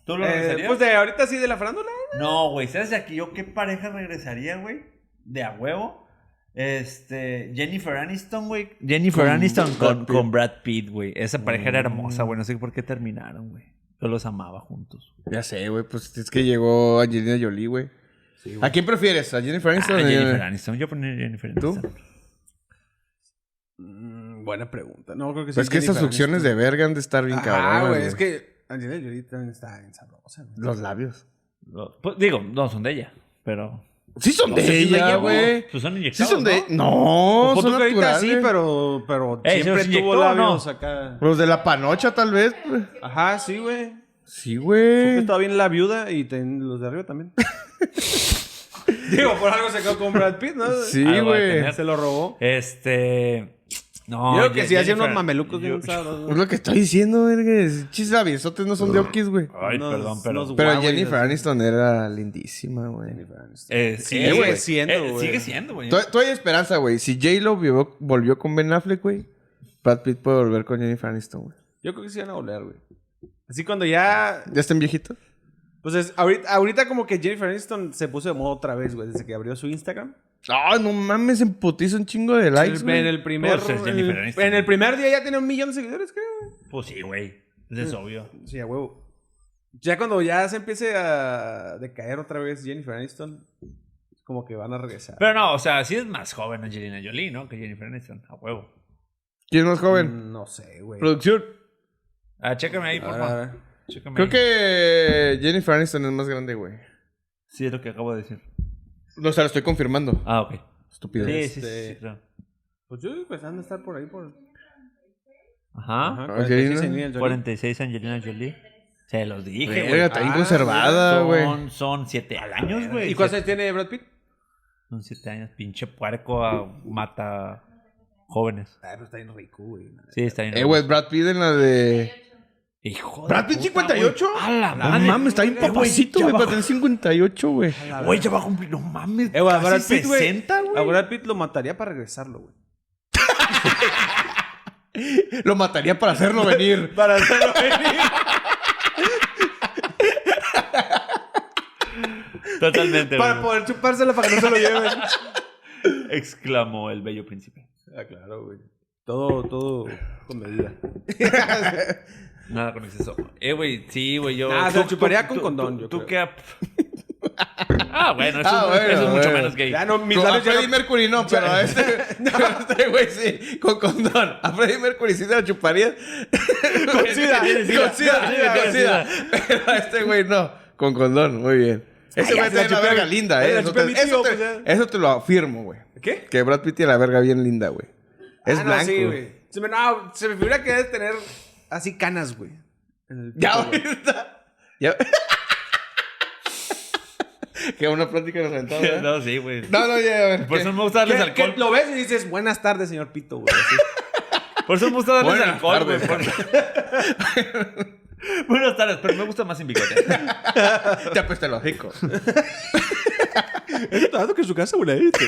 ¿Tú lo Eh, regresarías? pues de ahorita sí, de la farándula. No, güey. ¿Sabes de aquí yo qué pareja regresaría, güey? De a huevo. Este, Jennifer Aniston, güey. Jennifer Con Aniston Brad con, Pitt. con Brad Pitt, güey. Esa pareja era hermosa, güey. No sé por qué terminaron, güey. Yo los amaba juntos. Ya sé, güey, pues es que llegó Angelina Jolie, güey. ¿A quién prefieres? ¿A Jennifer Ah, Aniston? o a Jennifer Aniston. Yo ponía Jennifer ¿Tú? Aniston. Mm, buena pregunta. No, creo que sí. Pues es que esas succiones de verga han de estar bien Ah, cabronas. güey. Es que Angelina Jolie también está bien sabrosa, güey. Los labios. Lo- pues, digo, no son de ella, pero. Sí son de Sí, la ella, llevó. güey. Pues son Sí inyectados, son de... ¿no? No, Ojo, tú son que ahorita naturales. sí, pero, pero Ey, siempre ¿se los tuvo inyectó o labios no? acá. Los de la panocha, tal vez. pues. Ajá, sí, güey. Sí, Siempre güey. estaba bien la viuda y ten- los de arriba también. Digo, por algo se quedó con Brad Pitt, ¿no? Sí, Algo de güey. tener. Se lo robó. Este. No. Yo creo que Ye- sí, hacía Jennifer- unos mamelucos yo- bien sabrosos, Es güey. lo que estoy diciendo, verga. Chis labiosotes no son de okis, güey. Ay, Unos- perdón, pero. unos Pero guau, güey, Jennifer los- Aniston era lindísima, güey. Eh, Sigue güey. siendo, Eh, güey. Sigue siendo, güey. Tod- Todavía hay esperanza, güey. Si J-Lo volvió, volvió con Ben Affleck, güey, Brad Pitt puede volver con Jennifer Aniston, güey. Yo creo que sí van a volver, güey. Así cuando ya. ¿Ya están viejitos? Pues es- ahorita, ahorita como que Jennifer Aniston se puso de moda otra vez, güey, desde que abrió su Instagram. Ah, no mames, emputiza un chingo de likes, El- güey. en el primer. Pues es Jennifer el- Aniston. en el primer día ya tenía un millón de seguidores, creo. güey. Pues sí, güey. Es obvio. Sí, a huevo. Ya cuando ya se empiece a decaer otra vez Jennifer Aniston, como que van a regresar. Pero no, o sea, sí es más joven Angelina Jolie, ¿no? Que Jennifer Aniston, a huevo. ¿Quién es más joven? Mm, No sé, güey. Producción. Ah, chécame ahí, por Ahora, favor. ahora. Chécame Creo ahí. que Jennifer Aniston es más grande, güey. Sí, es lo que acabo de decir. No, o sea, lo estoy confirmando. Ah, ok. Sí, Estúpido. sí, sí, Este- sí, claro. Pues yo pues han de estar por ahí por. Ajá. Ajá, 46 Angelina. Angelina Jolie. 46 Angelina Jolie. Se los dije, Verga, güey. está bien Ah, conservada, güey. Son, son siete años, güey. ¿Y cuántos tiene Brad Pitt? Son siete años. Pinche puerco ah, mata jóvenes. Ah, pero está bien rico, güey. Sí, está bien. Eh, güey, Brad Pitt en la de... Hijo de ¿Brad Pitt puta, 58? güey. A la No madre. Eh, mames, está bien eh, Güey, papacito, ya güey, va- para tener 58, güey. Güey, ya va a cumplir. No mames. Eh, güey, a casi Brad Pitt, güey. 60, A güey. Brad Pitt lo mataría para regresarlo, güey. Lo mataría para hacerlo venir. Para hacerlo venir. Totalmente. Para güey. poder chupársela para que no se lo lleven. Exclamó el bello príncipe. ah, claro, güey. Todo, todo con medida. Nada con exceso. Eh, güey, sí, güey. Yo. Ah, Tú- se lo tú- chuparía con tú- condón, tú- yo ¿Tú creo. qué? Ah, bueno, eso, Ah, es- bueno, eso es mucho bueno. menos gay. Ya Ah, no, mis No, a labios Freddie llegan- Mercury no, pero a este, a este güey sí, con condón. A Freddie Mercury sí se la chuparía. Con sida, con sida, con sida, con sida. Pero a este güey no, con condón, muy bien. Ese Ay, güey ya se la tiene la chupé, verga güey. linda, Ya eh. la Eso chupé a mi te, eso, tío, te, pues, ya. eso te lo afirmo, güey. ¿Qué? Que Brad Pitt tiene la verga bien linda, güey. Es Ah, no, blanco. sí, güey. Se me, no, se me figura que debe tener así canas, güey. En el Ya pito, ahorita. Ya. que una plática nos aventamos, Pues ¿eh? No, sí, güey. No, no, ya, a ver. Por ¿qué? eso no me gusta darles Que- que alcohol. lo ves y dices, buenas tardes, señor Pito, güey. así. Por eso me gusta darles Buenas alcohol, güey. tardes. por- Buenas tardes, pero me gusta más sin bigote. Te pues, apesta el hocico. Tanto que en su casa, güey.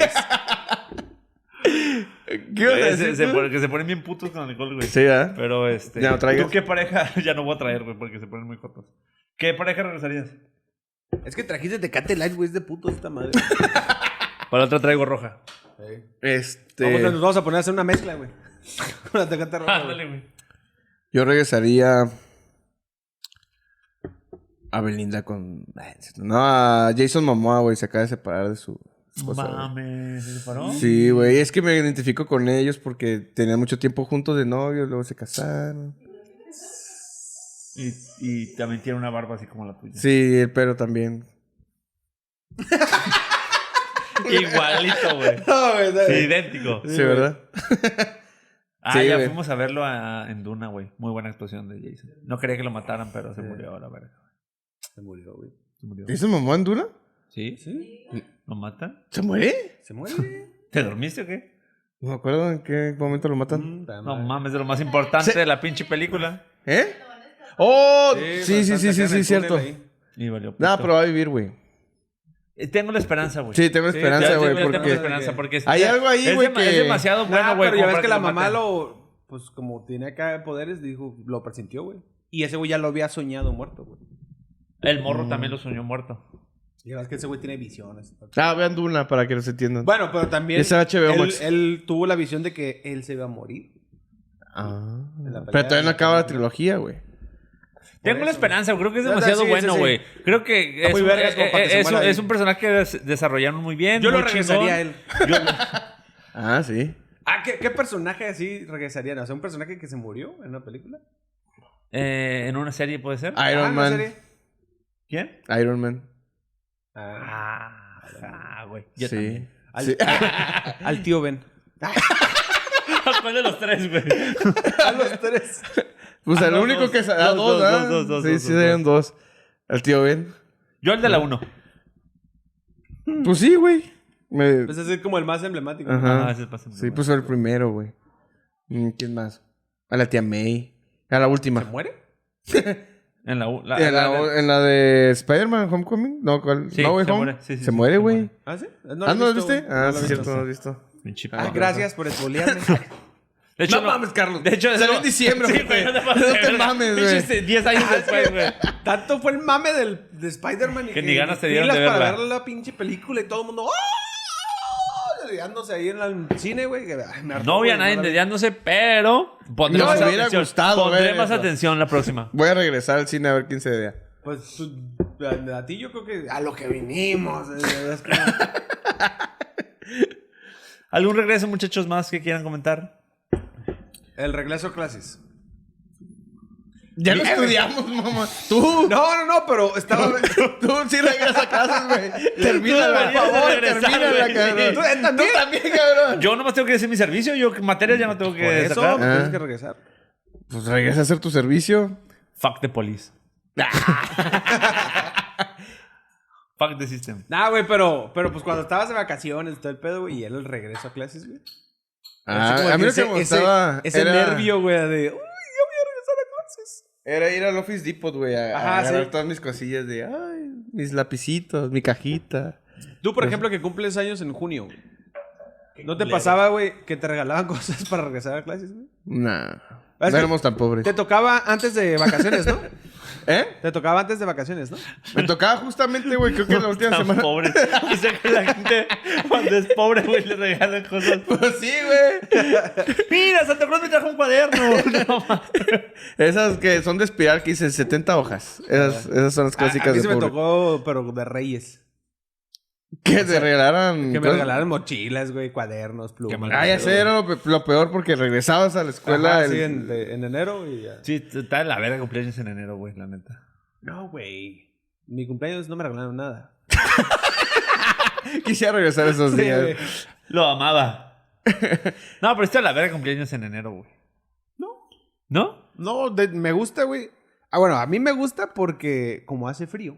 ¿Qué ibas a Güey, se, decir se tú? pone- que se ponen bien putos con alcohol, güey. Sí, ¿verdad? Pero este. Ya no traigas. ¿Tú qué pareja? ya no voy a traer, güey, porque se ponen muy cortos. ¿Qué pareja regresarías? Es que trajiste Tecate Light, güey, es de puto esta madre. Para otra traigo roja. Este. Vamos, nos vamos a poner a hacer una mezcla, güey. Con la Tecate Ah, Roja, güey. Ándale, güey. Yo regresaría a Belinda con. Ay, No, a Jason Momoa, güey. Se acaba de separar de su esposa. güey. Mames, ¿se separó? Pues, Sí, güey. Es que me identifico con ellos porque tenían mucho tiempo juntos de novios, luego se casaron. Y, y también tiene una barba así como la tuya. Sí, el pero también. Igualito, güey. No, güey, Sí, dale. idéntico. Sí, ¿verdad? Ah, Sí, ya güey. fuimos a verlo a- en Duna, güey. Muy buena actuación de Jason. No quería que lo mataran, pero se murió, la verga. Se murió, güey. Se murió. ¿Jason Momoa en Duna? ¿Sí? ¿Sí? ¿Lo matan? ¿Se muere? Se muere. ¿Te dormiste o qué? No me acuerdo en qué momento lo matan. Mm, No mames, de lo más importante Se- de la pinche película. ¿Eh? ¡Oh! Sí, pues, sí, están sí, sí, sacando sí, el cierto. túnel ahí. Y valió. No, pito. pero va a vivir, güey. Eh, Tengo la esperanza, güey. Sí, tengo Sí, esperanza, Ya, güey. ya tengo porque... esperanza porque es- Hay algo ahí, es güey, dema- que- Es demasiado Nah, bueno, güey. Ah, pero ya como ves para que la lo mamá maten. lo... Pues como tiene acá poderes, dijo, lo presintió, güey. Y ese güey ya lo había soñado muerto, güey. El morro Mm. también lo soñó muerto. Y la verdad es que ese güey tiene visiones. Ah, vean Duna para que los entiendan. Bueno, pero Y también... ese HBO él, Max. él tuvo la visión de que él se iba a morir. Ah. En la pelea Pero todavía de- no acaba la trilogía, güey. Tengo la eso, esperanza, creo que es Ya, ya, demasiado sí, sí, bueno, sí. güey. Creo que es, muy un- vergas como eh, para que se eh, es un- muera ahí. es un personaje que des- desarrollaron muy bien. Yo lo muy regresaría a chingón. él. Ah, sí. Ah, ¿qué, qué personaje así regresarían? O sea, un personaje que se murió en una película. Eh, en una serie puede ser. Ah, Iron ¿en Man. serie? ¿Quién? Iron Man. Ah, Ah, güey. Yo sí. también. al, Sí. al tío Ben. ¿Cuál de los tres, güey? A los tres. Pues Ah, el no, único dos. que... sa- Ah, Dos, dos, dos, ah. dos, dos, Sí, dos, sí, dos, salieron dos. Al tío Ben. Yo el de la uno. Pues sí, güey. Me- Pues ese es como el más emblemático. Ajá. Ah, ese pasa muy Sí, mal. pues el primero, güey. Mm, ¿Quién más? A la tía May. A la última. ¿Se muere? En la, u- la- En Ah, la- la, la- en la de Spider-Man Homecoming. No, ¿cuál? Sí, no, Way se Home. muere. Sí, sí, sí, se muere, se güey. muere. ¿Ah, sí? Ah, ¿no lo lo he visto, viste? güey. Ah, No lo sí, he cierto, visto. no lo has visto. Pinche Ah, perro. gracias por espolearme. De hecho, no mames, Carlos. De hecho, Salió no- en diciembre, Sí, güey. güey. No te No te pases de verga. mames, güey. Ah, Pinches 10 años después, güey. Tanto fue el mame del, de Spider-Man. y Que ni ganas te dieron filas de verla. para ver la pinche película y todo el mundo... ¡Oh! Dediándose ahí en la- en el cine, güey. que, ay, me hartó, No había güey, nadie la- endedándose, pero pondré Nos más hubiera atención. gustado pondré ver más eso. atención la próxima. Voy a regresar al cine a ver quién se vea. Pues tú- a, a ti yo creo que... A lo que vinimos. eh, es como- ¿Algún regreso, muchachos, más que quieran comentar? El regreso a clases. Ya lo estudiamos, mamá. Tú. No, no, no, pero estaba. Tú sí regresas a casa, güey. Termina, por deberías de favor. regresar, Termina, güey. cabrón. Tú, eh, también. Tú también, cabrón. Yo nomás tengo que decir mi servicio, yo que materias ya no tengo Por que eso sacar. pues, Ah. tienes que regresar. Pues regresa a hacer tu servicio. Fuck the police. Fuck the system. Nah, güey, pero, pero pues cuando estabas de vacaciones, todo el pedo, güey, y era el regreso a clases, güey. Así Ah, como a mí lo que ese- me gustaba Ese, ese era- nervio, güey, de. Uy, yo voy a regresar a clases. Era ir al Office Depot, güey, a, a Ajá, agarrar sí. todas mis cosillas de, ay, mis lapicitos, mi cajita. Pues Tú, por ejemplo, que cumples años en junio. güey. ¿No te pasaba, güey, que te regalaban cosas para regresar a clases, güey? Nah, Ah, Es no que éramos tan pobres. Te tocaba antes de vacaciones, ¿no? ¿Eh? Te tocaba antes de vacaciones, ¿no? Me tocaba justamente, güey, creo que la última Tan semana. pobres. Y sé que la gente, cuando es pobre, güey, le regalan cosas. Pues sí, güey. Mira, Santa Cruz me trajo un cuaderno. No, ma- Esas que son de espiral que dicen 70 hojas. Esas, esas son las Ah, A, a clásicas mí de se me pobre. tocó, pero de reyes. Que te regalaran. Que me cosas. regalaron mochilas, güey, cuadernos, plumas. mal Ah, ya sé, era lo, pe- lo peor porque regresabas a la escuela. Ajá, el- sí, en, de- en enero y ya. Sí, está de la verga cumpleaños en enero, güey, la neta. No, güey. Mi cumpleaños no me regalaron nada. Quisiera regresar esos días. güey. Lo amaba. No, pero está de la verga cumpleaños en enero, güey. No. ¿No? No, de- me gusta, güey. Ah, bueno, a mí me gusta porque como hace frío,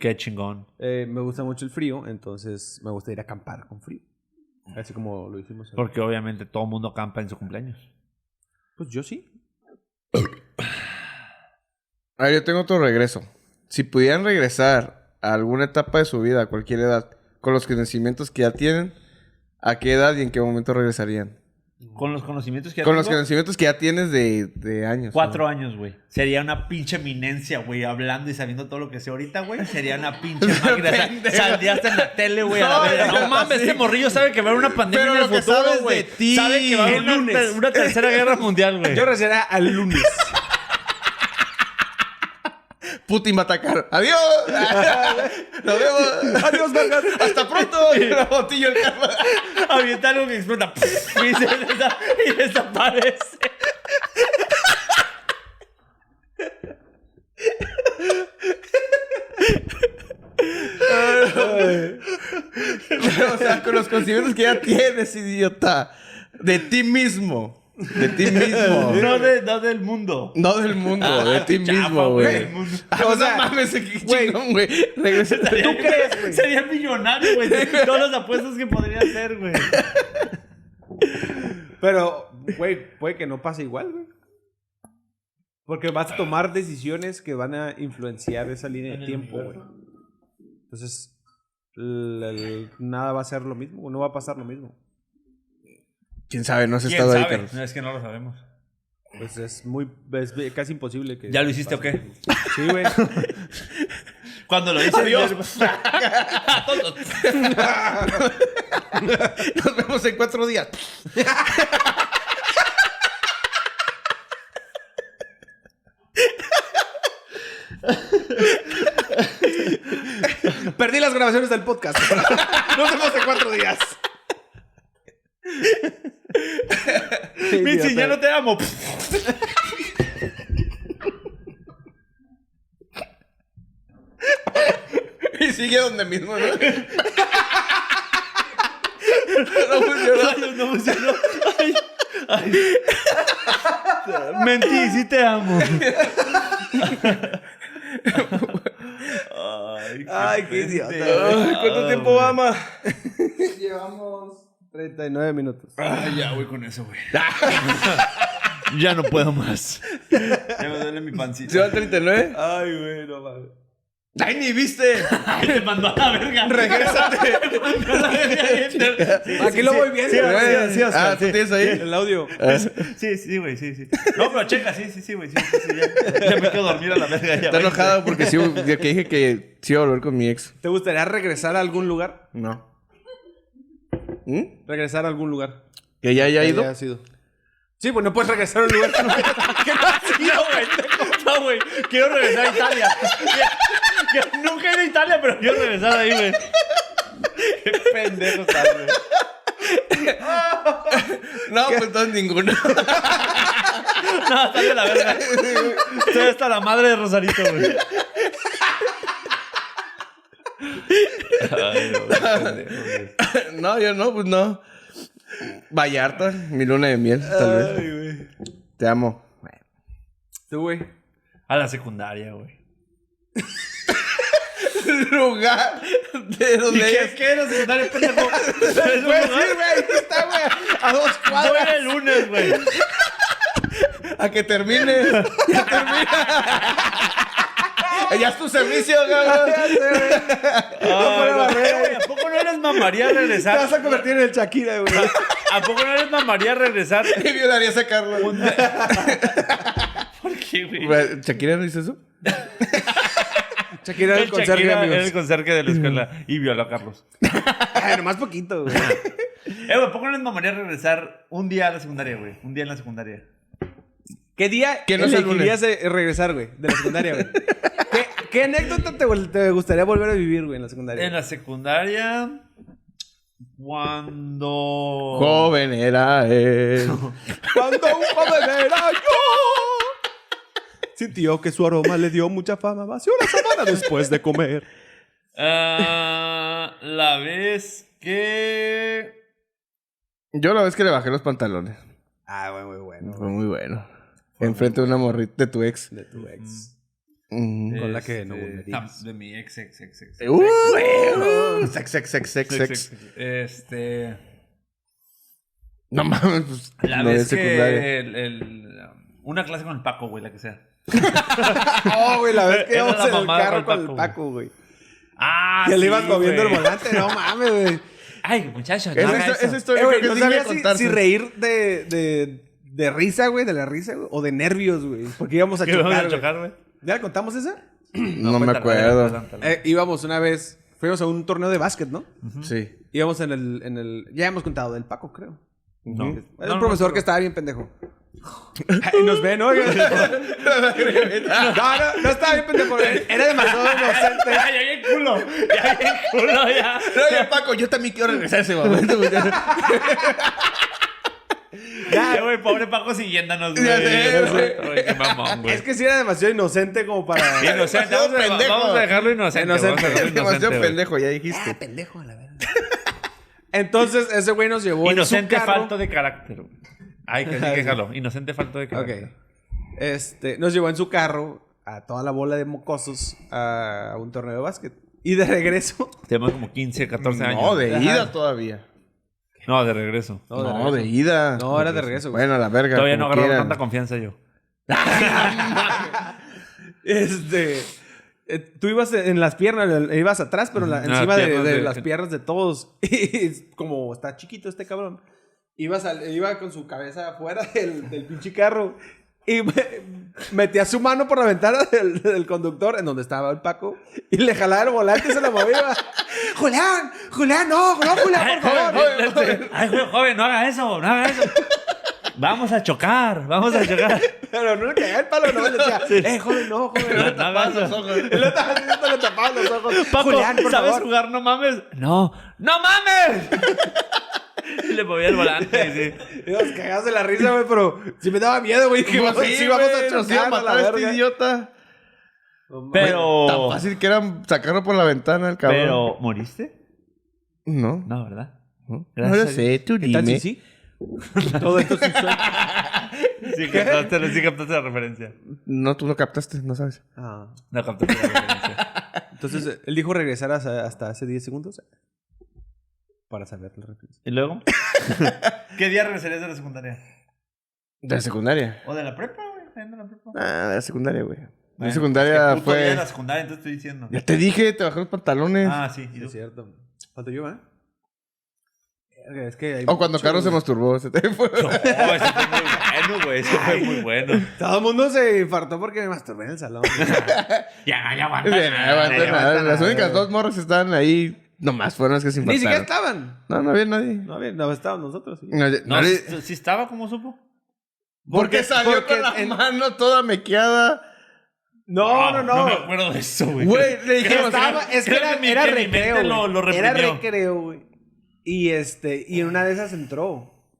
Qué chingón. eh, me gusta mucho el frío, entonces me gusta ir a acampar con frío. Así como lo hicimos. en- Porque obviamente todo el mundo campa en su cumpleaños. Pues yo sí. A ver, Ah, yo tengo otro regreso. Si pudieran regresar a alguna etapa de su vida, a cualquier edad, con los conocimientos que ya tienen, ¿a qué edad y en qué momento regresarían? Con los conocimientos que ya Con los tengo, conocimientos que ya tienes de, de años. Cuatro años, güey. Sería una pinche eminencia, güey. Hablando y sabiendo todo lo que sé ahorita, güey. Sería una pinche máquina. O sea, Saldría hasta en la tele, güey. a la No, verga. No, no, mames, este morrillo sabe que va a haber una pandemia Pero en el lo que futuro, sabes de güey. ti, Sabe que va a haber el una, lunes. una tercera guerra mundial, güey. Yo regresaré al lunes. ¿no? Putin va a atacar. ¡Adiós! ¡Nos vemos! Adiós, Vargas. ¡Hasta pronto! Botillo el carro. Avienta algo que explota. y, se desa- y desaparece. O sea, con los conocimientos que ya tienes, idiota. De ti mismo. De ti mismo. No, de- no del mundo. No del mundo, de ti Chafa, mismo, güey, Ah, güey. del mundo. Ah, O sea, mames, qué chingón, güey. Regresa. ¿Tú crees, güey? Sería millonario, güey. de Todas las apuestas que podría hacer, güey. Pero, güey, puede que no pase igual, güey. Porque vas a tomar decisiones que van a influenciar esa línea de tiempo, güey. Entonces, el- el- nada va a ser lo mismo, no va a pasar lo mismo. ¿Quién sabe? No has ¿Quién estado ahí, sabe? Carlos. No, es que no lo sabemos. Pues es muy, es casi imposible que... ¿Ya lo hiciste o pase. qué? Sí, güey. Cuando lo dice Dios. Nos vemos en cuatro días. Perdí las grabaciones del podcast. Nos vemos en cuatro días. Mitzi, ya no te amo. Y sigue donde mismo, ¿no? No funcionó. Ay, no, sí, no. Ay, ay. Mentí, sí te amo. Ay, qué, pendejo. Ay, ¿Cuánto tiempo va, ma? Llevamos 39 minutos. Ay, ya voy con eso, güey. Ah. ya no puedo más. Ya me duele mi ¿Se pancita. va al 39? Ay, güey, no mames. ¡Ay, ni viste! Ay, te mandó a la verga. ¡Regrésate! Te mandó a la verga. Aquí lo voy viendo. Sí, güey. ah, ¿tú tienes ahí? Ah. El audio. Sí, sí, güey, sí, sí. No, pero checa, sí, sí, sí, güey. Sí, sí, sí, ya. ya me quedo dormir a la verga. Ya, Está güey. enojado porque sí, que dije que sí iba a volver con mi ex. ¿Te gustaría regresar a algún lugar? No. ¿Mm? Regresar a algún lugar. ¿Que ya haya ido? has ido? Sí, pues no puedes regresar a un lugar. No, güey. No, güey. Quiero regresar a Italia. Ya- ya- Nunca he ido a Italia, pero quiero regresar ahí, güey. Qué pendejo estás, güey. No, pues entonces ninguno. No, está de la verga. Estoy hasta la madre de Rosarito, güey. Ay, no, pendejo, güey. No, yo no, pues no. Vallarta, mi luna de miel, tal vez. Te amo. Tú, güey. A la secundaria, güey. Lugar de ¿Y donde qué, ellas. qué era secundaria, pendejo? ¿Es un Pues lugar? sí, güey, aquí está, güey. A dos Voy cuadras. el lunes, güey. a que termines. Ya termina. ya es tu servicio, güey. Ah, ¿A poco no eres mamaría Te vas regresar? a convertir en el Shakira, güey. ¿A poco no eres mamaría regresar? Y violarías a Carlos. ¿Por qué, güey? ¿Shakira no hizo eso? Shakira era el conserje, Shakira amigos. era el conserje de la escuela y violó a Carlos. Ay, nomás poquito, güey. Eh, güey, ¿a poco no eres mamaría regresar un día a la secundaria, güey? Un día en la secundaria. ¿Qué día Que no sea el elegirías eh, regresar, güey? De la secundaria, güey. ¿Qué, qué anécdota te, vol- te gustaría volver a vivir, güey, en la secundaria? En la secundaria. Cuando. Joven era él. Cuando un joven era yo. Sintió que su aroma le dio mucha fama. Hace una semana después de comer. Ah, la vez que. Yo la vez que le bajé los pantalones. Ah, güey, muy bueno. Fue muy bueno. Enfrente de una morrita de tu ex. De tu ex. Mm. Con la que no Este, volverías. De mi ex, ex, ex, ex. Uh, güey. Sex, sex, sex, ¡Uh! sex, Ex, sex. ex, ex. Este. No mames, pues. La no vez es secundaria. que. el- el- una clase con el Paco, güey, la que sea. Oh, güey, la vez que Era íbamos la en el mamada con carro con el el Paco, güey. Ah, Que le ibas sí, moviendo el güey. volante. No mames, güey. Ay, muchacho. no Esa, haga histo- eso. esa historia Eh, güey, creo no que sí sabía voy a si, contar. si reír de, de, de risa, güey, de la risa, güey, o de nervios, güey. Porque íbamos a Que vamos a chocar. güey. chocar, güey. ¿Ya la contamos esa? No, me cuéntala, acuerdo. cuéntala, cuéntala. Eh, íbamos una vez, fuimos a un torneo de básquet, ¿no? Sí. Íbamos en el, en el. Ya hemos contado, del Paco, creo. No. ¿Mm? Era un No, no, profesor no. que estaba bien pendejo. Y nos ven, ¿no? no, no, no estaba bien pendejo. eh. Era demasiado inocente. Ay, ay, el culo. Ya, ya, el culo, ya. No, ya, Paco, yo también quiero regresar a ese momento. güey. Ya Ya, güey, pobre Paco siguiéndonos, güey. Ya sé, Ay, güey. Qué mamón, güey. Es que sí era demasiado inocente como para. Inocente, vamos a, pendejo. vamos a dejarlo inocente. Inocente. vamos a dejarlo inocente, Demasiado güey. pendejo, ya dijiste. pendejo, la verdad. Entonces, ese güey nos llevó Inocente en su carro. falto de carácter. güey. Ay, que sí, que jalo. Inocente falto de Ok. carácter. Este, nos llevó en su carro a toda la bola de mocosos a, a un torneo de básquet. Y de regreso. Tenemos como 15, 14 años. No, de Ajá. ida todavía. No, de regreso. No, de No, regreso. de ida. No, era de regreso, güey. Bueno, a la verga. Todavía no como agarraba quieran. tanta confianza yo. Este. eh, Tú ibas en las piernas, en el- ibas atrás, pero en la- Ah, encima de, piernas de de- las piernas de todos. Y es como está chiquito este cabrón, ibas al- iba con su cabeza afuera del, del pinche carro y me- metía su mano por la ventana del, del conductor en donde estaba el Paco y le jalaba el volante y se la movía. Julián, Julián, no, no, Julián, por favor. este. Ay, joven, joven, no haga eso, no haga eso. Vamos a chocar, vamos a chocar. Pero no le cagaba el palo, no le decía, eh, joven, no, joven. No, no". no haga eso. El otro haciendo le tapaba los ojos. Paco, Julián, por ¿sabes favor. jugar? No mames. No, no mames. Y Le movía el volante. sí. Y nos cagabas de la risa, güey, pero si me daba miedo, güey. Que Pues sí, vamos güey, a nos iba chocar a a la matar a este verga. idiota. Tan Pero. fácil que era sacarlo por la ventana, el cabrón. Oh. Pero, ¿moriste? No. No, ¿verdad? No, Gracias lo a Dios. sé, tú ¿Qué tal si dime. sí? Todo esto sin sueño. Sí captaste, sí captaste la referencia. No, tú lo captaste, no sabes. Ah. No captaste la referencia. Entonces, él dijo regresar hasta, hasta hace 10 segundos. Para saber la referencia. ¿Y luego? ¿Qué día regresarías de la secundaria? De la secundaria. ¿O de la prepa, güey? ¿Saliendo de la prepa? Ah, de la secundaria, güey. Bueno, la secundaria es que tú todavía fue. en la secundaria, entonces estoy diciendo. Ya te dije, te bajé los pantalones. Ah, sí. ¿Y tú? Es cierto. Falta yo, ¿eh? Verga, Es que hay o cuando mucho, Carlos se güey. masturbó, se te fue. Oh, eso fue muy bueno, güey. Eso fue muy bueno. Todo el mundo se infartó porque me masturbé en el salón. Ya, ya aguanta. Bien, nada, aguanta ya nada. aguanta Las nada. únicas dos morras que estaban ahí, nomás fueron las que se Ni siquiera impactaron. estaban. No, no había nadie. No, bien, no estábamos nosotros. sí. No, No, nadie- si, si estaba, ¿cómo supo? Porque salió porque con la en- mano toda mequeada. No, no, Ah, No no. me acuerdo de eso, güey. Güey, le Creo- dijimos. Estaba- creo- "Ah, es que creo era, que mi- era que mi mente recreo. lo- güey. lo era reprimió. recreo, güey. Y este, y en una de esas entró.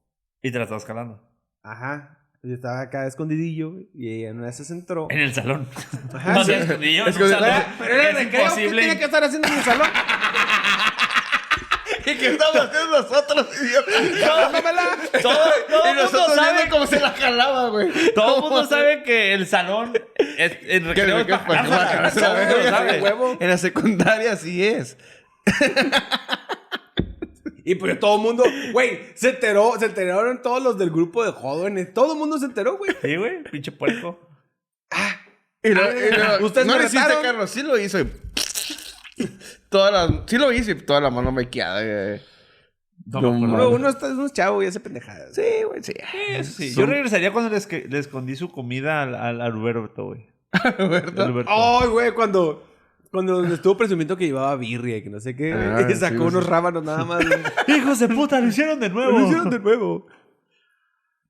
Y te la estabas calando. Ajá. Yo estaba acá escondidillo, güey. Y en una de esas entró. En el salón. Ajá, No sí. te escondí yo en un Escondí- salón. Pero era Es recreo. ¿Qué imposible. tiene que estar haciendo en el salón? ¿Y qué estamos haciendo nosotros, idiota? Tómamela. Todo, todo el y mundo nosotros sabe, viendo cómo se la jalaba, güey. todo el Cómo mundo se- sabe que el salón es, en Que recreo le es que- para jalarse la para cabeza, jalarse la todo el mundo verga, sabe. sí, huevo. En la secundaria así es. Y pues todo el mundo, güey, se enteró, se enteraron todos los del grupo de jóvenes. Todo el mundo se enteró, güey. Ah, Sí, güey, pinche puerco. Y lo- y lo- Ustedes no me lo hiciste, retaron. Carlos. Sí lo hizo. y- Toda la, sí lo hice y toda la mano me queda. me acuerdo. Pero uno está uno es chavo y hace pendejadas. Sí, güey, sí. Eso sí. Yo regresaría cuando le, esque- le escondí su comida al, al, al Alberto, güey. ¿Verdad? Alberto. Ay, güey, cuando. Cuando nos estuvo presumiendo que llevaba birria y que no sé qué. Ah, y sacó sí, unos sí. rábanos nada más. güey. ¡Hijos de puta! ¡Lo hicieron de nuevo! Lo hicieron de nuevo.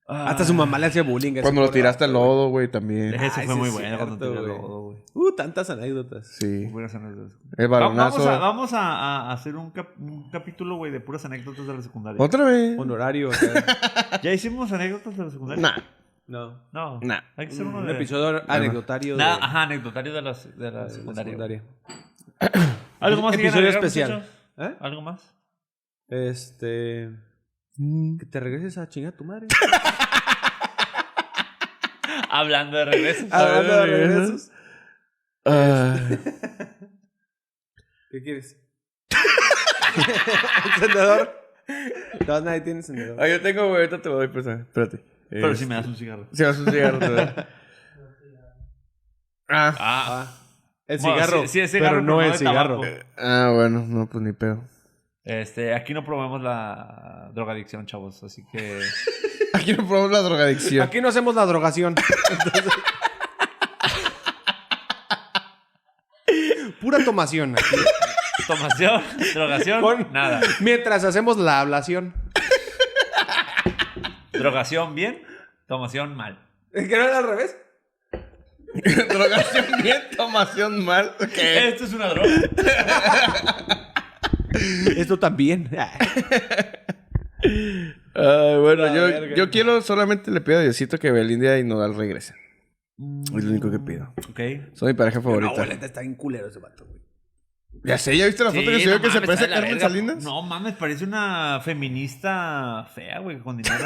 Ah. Hasta su mamá le hacía bullying. así Cuando lo por- tiraste al lodo, güey, también. Ese Ay, fue Ah, sí muy es bueno cuando cierto, tiré el güey. lodo, güey. Uh, tantas anécdotas. Sí. Buenas anécdotas. El Va- Vamos, a, balonazo. vamos a, a hacer un, cap- un capítulo, güey, de puras anécdotas de la secundaria. Otra vez. Honorario. acá. ¿Ya hicimos anécdotas de la secundaria? Nah, no. No. nah. Hay que hacer uno Un de... episodio anecdotario. Nada, de- ajá, anecdotario de la, de la de secundaria. secundaria. ¿Algo más? que quieran Episodio agregar, especial. muchachos? ¿Eh? ¿Algo más? Este. Mm. Que te regreses a chingar a tu madre. Hablando de regresos. Hablando de regresos. Ah, ¿Qué quieres? ¿Encendedor? No, nadie tiene encendedor. ah, yo tengo, güey. Ahorita te lo doy, pues. ah, Espérate. Pero este. si me das un cigarro. Si vas a un cigarro, te doy. Ah, Ah, El Bueno, cigarro. sí- sí es cigarro, pero no pero el no de cigarro. tabaco. ah, bueno. No, pues ni pedo. este, aquí no promovemos la drogadicción, chavos, así que... Aquí no probamos la drogadicción. Aquí no hacemos la drogación. Entonces- Pura tomación. aquí. Tomación, drogación, Con- nada. Mientras hacemos la ablación. Drogación bien, tomación mal. ¿Es que no era al revés? drogación bien, tomación mal. ¿Qué? Esto es una droga. Esto también. Ah. Ay, bueno, La yo, verga. yo quiero, solamente le pido a Diosito que Belinda y Nodal regresen. Mm. Es lo único que pido. Ok. Son mi pareja No, favorita. abuelita está bien culero ese vato, güey. ya sé, ¿ya viste la foto que se no vio que se mames, está parece a de la Carmen verga. Salinas? No mames, parece una feminista fea, güey, con dinero.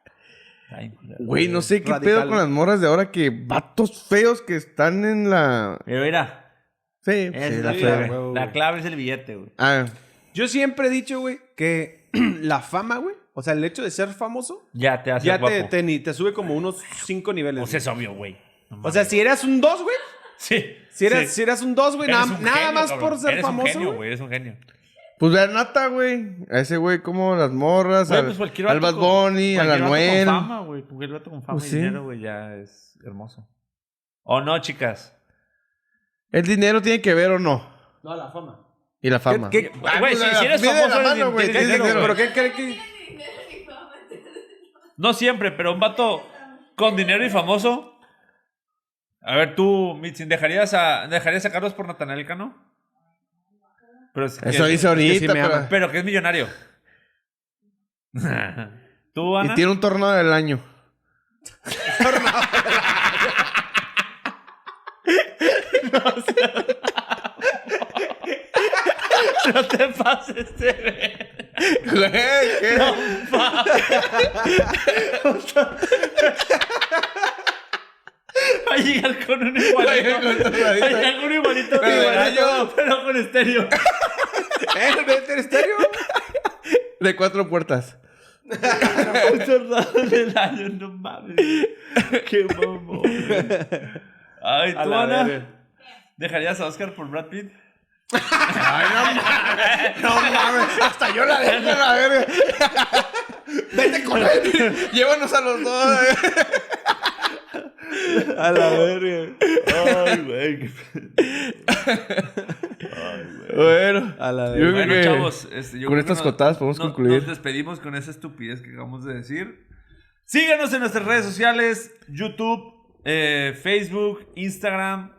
Ay, culero. Güey, no sé qué Radical. pedo con las morras de ahora que vatos feos que están en la. Pero mira, Sí, esa sí, es la sí, clave. güey. huevo, la güey. clave es el billete, güey. Ah, Yo siempre he dicho, güey, que la fama, güey, o sea, el hecho de ser famoso, Ya te hace ya guapo. te, te, ni- te sube como unos 5 niveles. O sea, güey. es obvio, güey. No o sea, mames. si eras un 2, güey, sí. si eras, sí. si eras un 2, güey, Eres nada, un nada genio, más cabrón. por ser Eres famoso, un genio, güey. güey. Eres un genio. Pues ve a Nata, güey. A ese güey, como las morras. Güey, al, pues cualquier al Bad vato Bunny, con- al cualquier vato Anuel. Con fama, güey. Porque el vato con fama Pues y sí. dinero, güey, ya es hermoso. ¿O no, chicas? ¿El dinero tiene que ver o no? No, la fama. Y la fama. qué- Ah, güey, pues, si- si eres mide famoso, la eres mano, güey, bien- tienes tienes dinero. dinero, Pero ¿qué crees que...? No siempre, pero un vato con dinero y famoso. A ver, tú, Mitzin, ¿dejarías a, ¿dejarías a Carlos por Natanael Cano? Pero es que- Eso dice ahorita, que sí me pero- ama. Pero que es millonario. ¿Tú, Ana? Y tiene un torneo del año. No te pases, te ve. Güey, ¿qué? Va a llegar con un igualito. Güey, con torneo Va a del año. llegar con un igualito. Pero del año. Pero con estéreo. ¿Eh? ¿No es en estéreo? De cuatro puertas. Un tornado del año, no mames. Qué mamón. Ay, A tú, la Ana. verga. ¿Dejarías a Oscar por Brad Pitt? Ay, no mames. No mames. Hasta yo la dejo a la verga. Vete con él. Llévanos a los dos. A la verga. Ay, güey. Bueno. A la Yo creo verga. Bueno, que chavos, este, yo con creo estas que cotadas podemos no- concluir. Nos despedimos con esa estupidez que acabamos de decir. Síganos en nuestras redes sociales: YouTube, eh, Facebook, Instagram.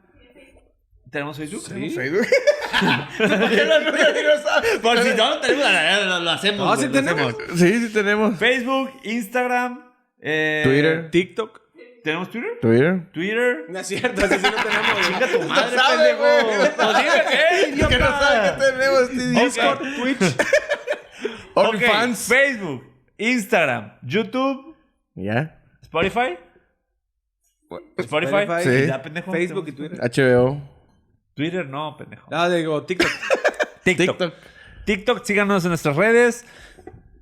¿Tenemos Facebook? ¿Tenemos Facebook? Por si no lo tenemos, lo- lo- lo hacemos. No, güey, sí lo tenemos. hacemos. Sí, sí tenemos. Facebook, Instagram, eh, Twitter. TikTok. ¿Tenemos Twitter? Twitter. Twitter. No es cierto, así sí no tenemos. Chinga tu madre, pendejo. Pues sí, eh, idiota. Que no sabe que tenemos, tío. Discord, Twitch. Ok, OnlyFans. Facebook, Instagram, YouTube, Ya. Spotify. Spotify, Spotify. Sí. ya, pendejo, Facebook y tenemos Twitter. HBO. Twitter no, pendejo. No, digo, TikTok. TikTok. TikTok. TikTok, síganos en nuestras redes.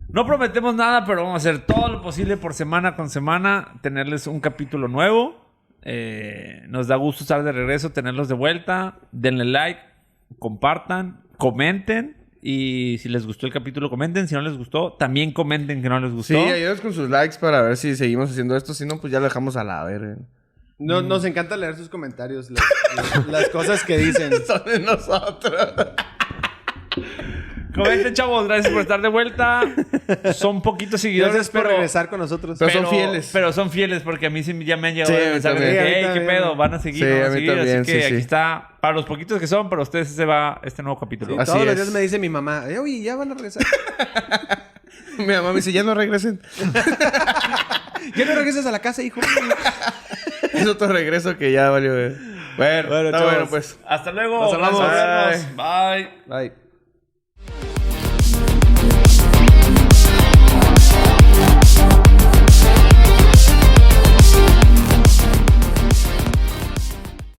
No prometemos nada, pero vamos a hacer todo lo posible por semana con semana, tenerles un capítulo nuevo. Eh, nos da gusto estar de regreso, tenerlos de vuelta. Denle like, compartan, comenten. Y si les gustó el capítulo, comenten. Si no les gustó, también comenten que no les gustó. Sí, ayúdenos con sus likes para ver si seguimos haciendo esto. Si no, pues ya lo dejamos a la verga. No, Nos encanta leer sus comentarios, las, las- las cosas que dicen. Son de nosotros. Comenten, chavos. Gracias por estar de vuelta. Son poquitos seguidores, Gracias por pero... regresar con nosotros. Pero son fieles. Pero son fieles porque a mí sí ya me han llegado Sí, a mí mensajes de también. que, hey, Sí, a mí qué también. pedo, van a seguir, Sí, van a a mí seguir. también, Así sí, que aquí sí. está, para los poquitos que son, para ustedes se va este nuevo Sí, capítulo. así todos los es. días me dice mi mamá, "Eh, oye, ya van a regresar. Mi mamá me dice, ya no regresen. ya no regresas a la casa, hijo. Es otro regreso que ya valió. eh. Bueno, Bueno, está chavos. bueno pues. Hasta luego. Nos hablamos. Gracias por vernos. Bye. Bye.